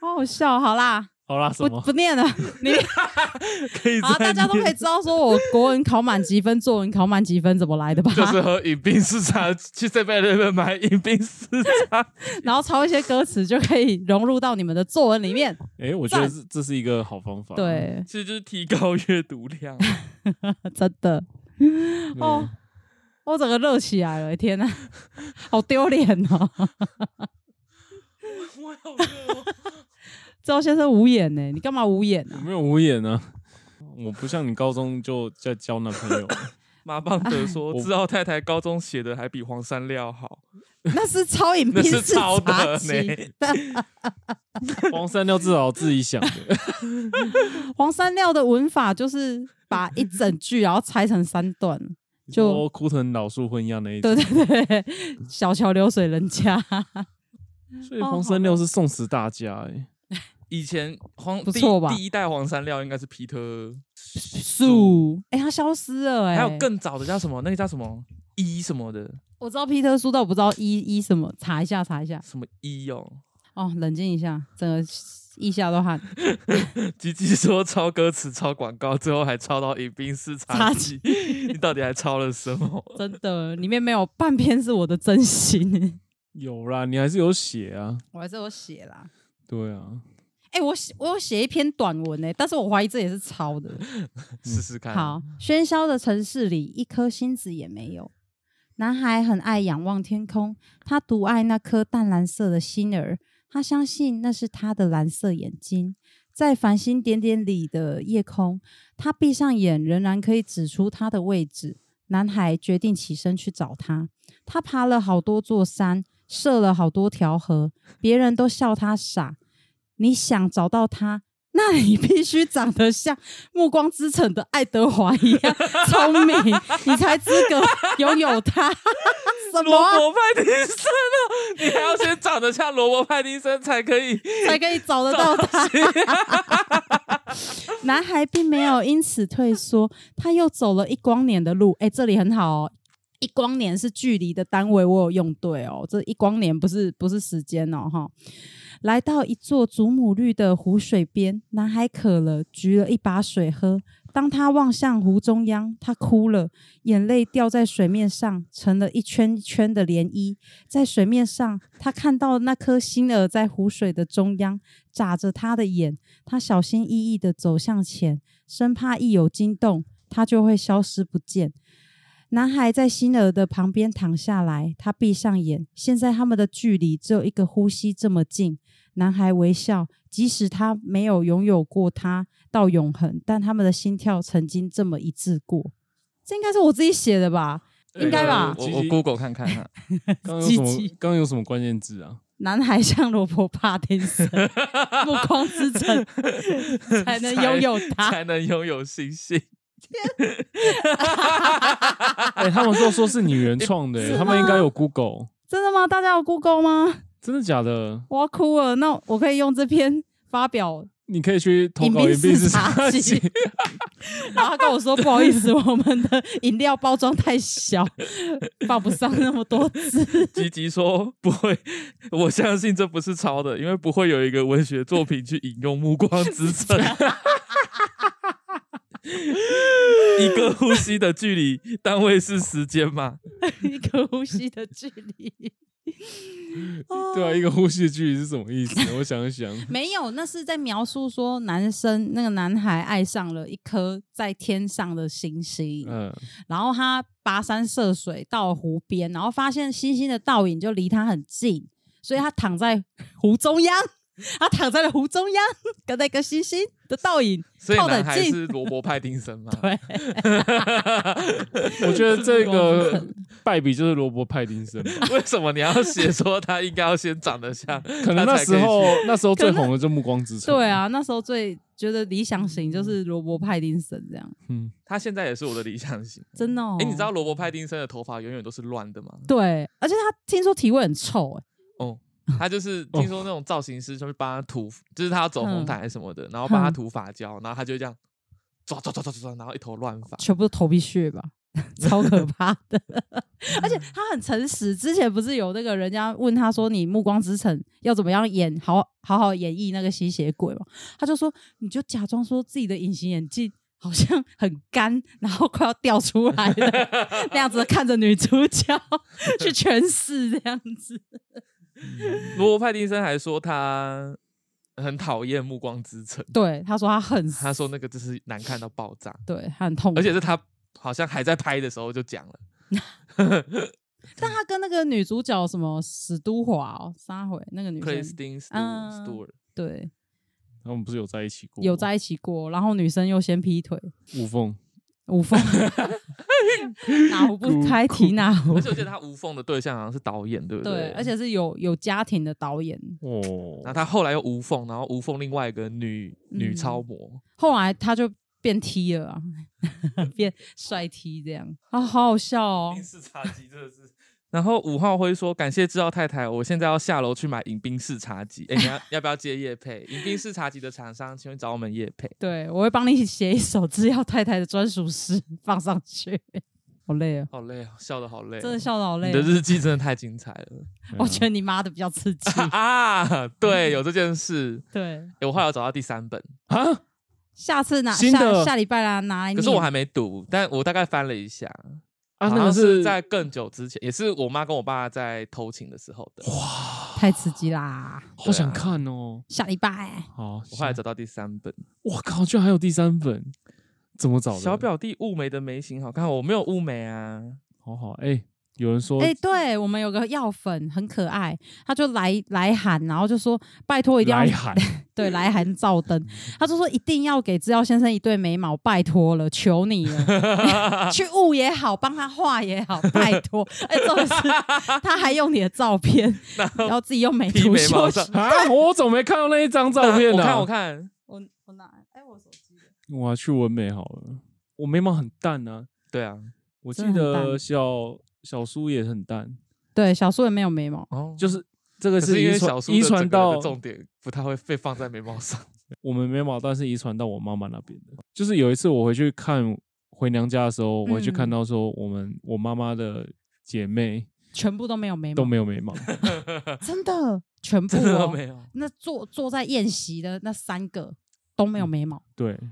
[SPEAKER 1] 好 好笑。好啦，
[SPEAKER 3] 好啦，什
[SPEAKER 1] 不
[SPEAKER 3] 么
[SPEAKER 1] 不 念了，你
[SPEAKER 2] 可
[SPEAKER 3] 啊
[SPEAKER 2] 以
[SPEAKER 1] 好，大
[SPEAKER 2] 再
[SPEAKER 1] 家都可以
[SPEAKER 2] 念
[SPEAKER 1] 知道说我国文考满几分，作文考满几分怎么来的吧？
[SPEAKER 2] 就是喝饮冰市茶，去 Seven Eleven 买饮冰市茶。
[SPEAKER 1] 然后抄一些歌词就可以融入到你们的作文里面。
[SPEAKER 3] 哎、我觉得
[SPEAKER 1] 赞
[SPEAKER 3] 这这是一个好方法。
[SPEAKER 1] 对，
[SPEAKER 2] 其实就是提高阅读 量。
[SPEAKER 1] 真的，
[SPEAKER 3] 嗯
[SPEAKER 1] 哦，我整个热起来了，天哪，好丢脸哦！
[SPEAKER 2] 我好热哦，
[SPEAKER 1] 赵先生无眼呢、你干嘛无眼
[SPEAKER 3] 我
[SPEAKER 1] 啊？
[SPEAKER 3] 没有无眼啊，我不像你高中就在交男朋友，
[SPEAKER 2] 马棒德说
[SPEAKER 1] 啊
[SPEAKER 3] 哎，
[SPEAKER 2] 知道太太高中写的还比黄山料好，
[SPEAKER 1] 那是超影
[SPEAKER 2] 那
[SPEAKER 1] 片
[SPEAKER 2] 是抄的
[SPEAKER 1] 茶
[SPEAKER 2] 呢
[SPEAKER 1] 几。
[SPEAKER 3] 黄山料至少自己想的。
[SPEAKER 1] 黄山料的文法就是把一整句然后拆成三 段，就
[SPEAKER 3] 哦枯藤老树昏鸦那一种
[SPEAKER 1] 对，对对，小桥流水人 家，
[SPEAKER 3] 所以黄山料是送死大家哎、
[SPEAKER 2] 以前黄
[SPEAKER 1] 不错吧
[SPEAKER 2] 第一第一代黄山料应该是皮特，
[SPEAKER 1] 树，哎，它消失了，哎，
[SPEAKER 2] 还有更早的叫什么？那个叫什么一什么的，
[SPEAKER 1] 我知道皮特苏，但我不知道一一什么，查一下查一下，
[SPEAKER 2] 什么一哦。
[SPEAKER 1] 哦，冷静一下，整个一下都 汗，
[SPEAKER 2] 吉吉说抄歌词、抄广告，最后还抄到饮 冰市茶
[SPEAKER 1] 茶
[SPEAKER 2] 几，你到底还抄了什么？
[SPEAKER 1] 真的，里面没有半篇是我的真心，
[SPEAKER 3] 有啦，你还是有写啊。
[SPEAKER 1] 我还是有写啦。
[SPEAKER 3] 对啊，
[SPEAKER 1] 哎、我写我有写一篇短文哎、但是我怀疑这也是抄的。
[SPEAKER 2] 试试看。
[SPEAKER 1] 好，喧嚣的城市里，一颗星子也没有。男孩很爱仰望天空，他独爱那颗淡蓝色的星儿，他相信那是他的蓝色眼睛。在繁星点点里的夜空，他闭上眼，仍然可以指出他的位置。男孩决定起身去找他。他爬了好多座山，涉了好多条河，别人都笑他傻。你想找到他，那你必须长得像《暮光之城》的爱德华一样聪明，你才资格拥有他。 什么啊、
[SPEAKER 2] 萝卜派丁森哦，你还要先长得像萝卜派丁森才可以。
[SPEAKER 1] 才可以找得到他？ 男孩并没有因此退缩，他又走了一光年的路。哎、这里很好哦。一光年是距离的单位，我有用对哦。这一光年不是不是时间哦，哈。来到一座祖母绿的湖水边，男孩渴了，举了一把水喝。当他望向湖中央，他哭了，眼泪掉在水面上，成了一圈一圈的涟漪。在水面上，他看到那颗星儿在湖水的中央眨着他的眼。他小心翼翼的走向前，生怕一有惊动，它就会消失不见。男孩在星儿的旁边躺下来，他闭上眼。现在他们的距离只有一个呼吸这么近。男孩微笑，即使他没有拥有过它到永恒，但他们的心跳曾经这么一致过。这应该是我自己写的吧？ 应该吧
[SPEAKER 2] 我我 Google 看啊看 哈。
[SPEAKER 3] 刚刚有什么
[SPEAKER 1] 鸡鸡？
[SPEAKER 3] 刚刚有什么关键字啊？
[SPEAKER 1] 男孩像罗伯·帕丁 森，暮光之 城才能拥有他。
[SPEAKER 2] 才能拥有星星。
[SPEAKER 3] 哎、他们都说是你原创的、
[SPEAKER 1] 是吗
[SPEAKER 3] 欸他们应该有 Google。
[SPEAKER 1] 真的吗？大家有 Google 吗？
[SPEAKER 3] 真的假的？
[SPEAKER 1] 我要哭了。那我可以用这篇发表，
[SPEAKER 3] 你可以去投
[SPEAKER 1] 饮
[SPEAKER 3] 稿
[SPEAKER 1] 冰
[SPEAKER 3] 原病
[SPEAKER 1] 室
[SPEAKER 3] 是
[SPEAKER 1] 茶
[SPEAKER 3] 啥
[SPEAKER 1] 几
[SPEAKER 3] 集？
[SPEAKER 1] 然后他跟我说不好意思，我们的饮料包装太小， 放不上那么多字。
[SPEAKER 2] 吉吉说 不会，我相信这不是抄的，因为不会有一个文学作品去引用《暮光之城》。 一个呼吸的距离单位是时间嘛？
[SPEAKER 1] 一个呼吸的距离。
[SPEAKER 3] 对啊，一个呼吸的距离是什么意思？我想一想，
[SPEAKER 1] 没有，那是在描述说男生那个男孩爱上了一颗在天上的星星，
[SPEAKER 3] 嗯，
[SPEAKER 1] 然后他跋山涉水到湖边，然后发现星星的倒影就离他很近，所以他躺在湖中央，他躺在了湖中央，跟那个星星的倒影
[SPEAKER 2] 所以
[SPEAKER 1] 靠得
[SPEAKER 2] 男孩
[SPEAKER 1] 近
[SPEAKER 2] 是罗伯派丁森嘛？
[SPEAKER 1] 对，
[SPEAKER 3] 我 觉得这
[SPEAKER 1] 光之
[SPEAKER 3] 个 败笔就是罗伯·派丁森吧，
[SPEAKER 2] 为什么你要写说他应该要先长得像？
[SPEAKER 3] 可能那时候那时候最
[SPEAKER 1] 可能
[SPEAKER 3] 红的就《暮光之城》。
[SPEAKER 1] 对，啊，那时候最觉得理想型就是罗伯·派丁森这样，
[SPEAKER 3] 嗯，
[SPEAKER 2] 他现在也是我的理想型。
[SPEAKER 1] 真的、哦。
[SPEAKER 2] 哎、你知道？罗伯派丁森的头发永远都是乱的吗？
[SPEAKER 1] 对，而且他听说体味很臭、欸，
[SPEAKER 2] 哦，他就是
[SPEAKER 3] 哦
[SPEAKER 2] 听说那种造型师就是帮他涂，就是他要走
[SPEAKER 1] 嗯
[SPEAKER 2] 红毯还是什么的，然后帮他涂发胶，然后他就这样抓抓抓抓抓抓，然后一头乱发。
[SPEAKER 1] 全部都头皮屑吧， 超可怕的。 而且他很诚实，之前不是有那个人家问他说：“你《暮光之城》要怎么样演好好好演绎那个吸血鬼嘛？”他就说：“你就假装说自己的隐形眼镜。”好像很干，然后快要掉出来了， 那样子看着女主角 去诠释这样子。嗯
[SPEAKER 2] 罗伯派丁森还说他很讨厌《暮光之城》，
[SPEAKER 1] 对，他说他很
[SPEAKER 2] 他说那个真是难看到爆炸，
[SPEAKER 1] 对，他很痛苦
[SPEAKER 2] 而。且是他好像还在拍的时候就讲了。
[SPEAKER 1] 但他跟那个女主角什么史都华哦，三回那个女生，
[SPEAKER 2] Kristen Stewart，、
[SPEAKER 1] 嗯
[SPEAKER 2] Stewart
[SPEAKER 1] 对，
[SPEAKER 3] 他们不是有在一起过吗？
[SPEAKER 1] 有在一起过，然后女生又先劈腿，
[SPEAKER 3] 无缝，
[SPEAKER 1] 无 缝，哪壶不开提哪壶
[SPEAKER 2] 而。且我记得他无缝的对象好像是导演，对不
[SPEAKER 1] 对，而且是有有家庭的导演，
[SPEAKER 3] 哦
[SPEAKER 2] 然后，他后来又无缝，然后无缝另外一个女女
[SPEAKER 1] 嗯
[SPEAKER 2] 超模，
[SPEAKER 1] 后来他就变 T 了、啊， 变帅 T 这样啊，好好笑哦。
[SPEAKER 2] 式茶几真的是。 然后五号辉说：“感谢知道太太，我现在要下楼去买饮冰式茶几。哎，你要要不要接叶配？饮冰式茶几的厂商，请问找我们叶配。
[SPEAKER 1] 对，我会帮你写一首资料太太的专属诗放上去。好累哦，
[SPEAKER 2] 好累哦，笑的好累哦、
[SPEAKER 1] 真的笑得好累
[SPEAKER 2] 你
[SPEAKER 1] 哦、
[SPEAKER 2] 的日嗯记真的太精彩 了
[SPEAKER 1] 我觉得你妈的比较刺 激。
[SPEAKER 2] 啊！对，有这件事。
[SPEAKER 1] 对，
[SPEAKER 2] 哎我后来有找到第三本，
[SPEAKER 3] 啊，
[SPEAKER 1] 下次拿
[SPEAKER 3] 新的
[SPEAKER 1] 下下礼拜啦，拿来念。
[SPEAKER 2] 可是我还没读，但我大概翻了一下，
[SPEAKER 3] 啊，
[SPEAKER 2] 好
[SPEAKER 3] 那
[SPEAKER 2] 像
[SPEAKER 3] 个
[SPEAKER 2] 是在更久之前，也是我妈跟我爸在偷情的时候的。
[SPEAKER 1] 太刺激啦，
[SPEAKER 3] 好想看哦。
[SPEAKER 1] 下礼拜。
[SPEAKER 3] 好，
[SPEAKER 2] 我后来找到第三本，
[SPEAKER 3] 我靠，居然还有第三本，怎么找的？
[SPEAKER 2] 小表弟雾眉的眉形好看，我没有雾眉啊。
[SPEAKER 3] 好好，哎、有人说，
[SPEAKER 1] 哎、对我们有个药粉很可爱，他就来来喊，然后就说拜托一定要
[SPEAKER 3] 来函
[SPEAKER 1] 对来喊照灯，他就说一定要给制药先生一对眉毛，拜托了，求你了，去雾也好，帮他画也好，拜托。哎、重点是他还用你的照片，然后自己用美
[SPEAKER 2] 披
[SPEAKER 1] 图
[SPEAKER 2] 眉
[SPEAKER 1] 秀
[SPEAKER 2] 毛照
[SPEAKER 1] 秀。
[SPEAKER 3] 啊，我怎么没看到那一张照片
[SPEAKER 2] 我
[SPEAKER 3] 呢、
[SPEAKER 2] 看，我看，
[SPEAKER 1] 我我拿哎、我手机
[SPEAKER 3] 我要去纹眉好了。我眉毛很淡啊，
[SPEAKER 2] 对啊，
[SPEAKER 3] 我记
[SPEAKER 1] 真的很
[SPEAKER 3] 得
[SPEAKER 1] 淡
[SPEAKER 3] 小小苏也很淡，
[SPEAKER 1] 对小苏也没有眉毛，
[SPEAKER 2] 哦，
[SPEAKER 3] 就是是这个
[SPEAKER 2] 可是因
[SPEAKER 3] 遗
[SPEAKER 2] 为小
[SPEAKER 3] 传
[SPEAKER 2] 叔
[SPEAKER 3] 遗传到
[SPEAKER 2] 重点不太会被放在眉毛 上，
[SPEAKER 3] 我们眉毛，但是遗传到我妈妈那边的。就是有一次我回去看回娘家的时候，我回去看
[SPEAKER 1] 嗯
[SPEAKER 3] 到说我们我妈妈的姐妹
[SPEAKER 1] 全部都没有眉毛
[SPEAKER 3] 都，没有眉毛，
[SPEAKER 1] 真的全部、
[SPEAKER 2] 真的
[SPEAKER 1] 哦、
[SPEAKER 2] 没有。
[SPEAKER 1] 那坐坐在宴席的那三个都没有眉毛。
[SPEAKER 3] 对，嗯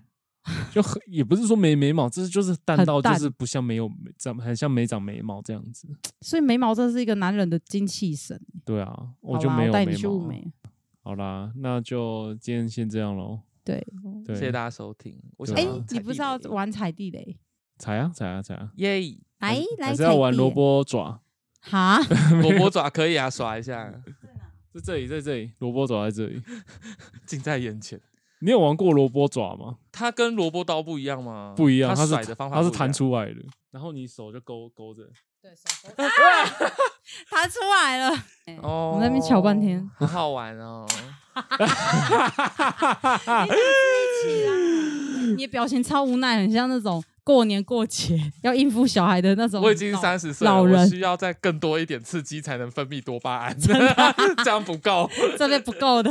[SPEAKER 3] 就很也不是说没眉毛，这是就是淡
[SPEAKER 1] 很
[SPEAKER 3] 到就
[SPEAKER 1] 淡
[SPEAKER 3] 是不像没有眉长，很像没长眉毛这样子。
[SPEAKER 1] 所以眉毛真的是一个男人的精气神。
[SPEAKER 3] 对啊，我
[SPEAKER 1] 好
[SPEAKER 3] 就
[SPEAKER 1] 啦
[SPEAKER 3] 没有
[SPEAKER 1] 带
[SPEAKER 3] 眉
[SPEAKER 1] 你去雾
[SPEAKER 3] 毛。啊
[SPEAKER 1] 眉。
[SPEAKER 3] 好啦，那就今天先这样喽。
[SPEAKER 1] 对，
[SPEAKER 3] 对，
[SPEAKER 2] 谢谢大家收听，我想
[SPEAKER 1] 哎、
[SPEAKER 3] 对啊
[SPEAKER 2] 要
[SPEAKER 1] 你不是要
[SPEAKER 2] 踩地雷
[SPEAKER 1] 玩踩地雷？
[SPEAKER 3] 踩啊踩啊踩啊！
[SPEAKER 2] 耶？
[SPEAKER 1] 来来，
[SPEAKER 3] 还是
[SPEAKER 1] 踩
[SPEAKER 3] 要
[SPEAKER 1] 地
[SPEAKER 3] 玩
[SPEAKER 1] 雷
[SPEAKER 3] 萝卜爪，
[SPEAKER 1] 哈？
[SPEAKER 2] 萝卜爪可以啊，耍一 下，
[SPEAKER 3] 在这里，在这里，萝卜爪在这里。
[SPEAKER 2] 近在眼前。
[SPEAKER 3] 你有玩过萝卜 爪吗？
[SPEAKER 2] 它跟萝卜刀不一样吗？
[SPEAKER 3] 不一样，它
[SPEAKER 2] 它
[SPEAKER 3] 是
[SPEAKER 2] 甩的方法
[SPEAKER 3] 它是
[SPEAKER 2] 不一
[SPEAKER 3] 弹
[SPEAKER 2] 样。
[SPEAKER 3] 出来的，然后你手就勾勾着。
[SPEAKER 1] 对， 手头啊弹出来了。哎我
[SPEAKER 2] 哦
[SPEAKER 1] 们在那边瞧半天，
[SPEAKER 2] 很好玩 哦。
[SPEAKER 1] 你的表情超无奈，很像那种过年过节 要应付小孩的那种老，
[SPEAKER 2] 我已经三十岁了，
[SPEAKER 1] 老
[SPEAKER 2] 我
[SPEAKER 1] 人
[SPEAKER 2] 需要再更 多一点刺激才能分泌多巴胺，这样不够。
[SPEAKER 1] 这类不够的。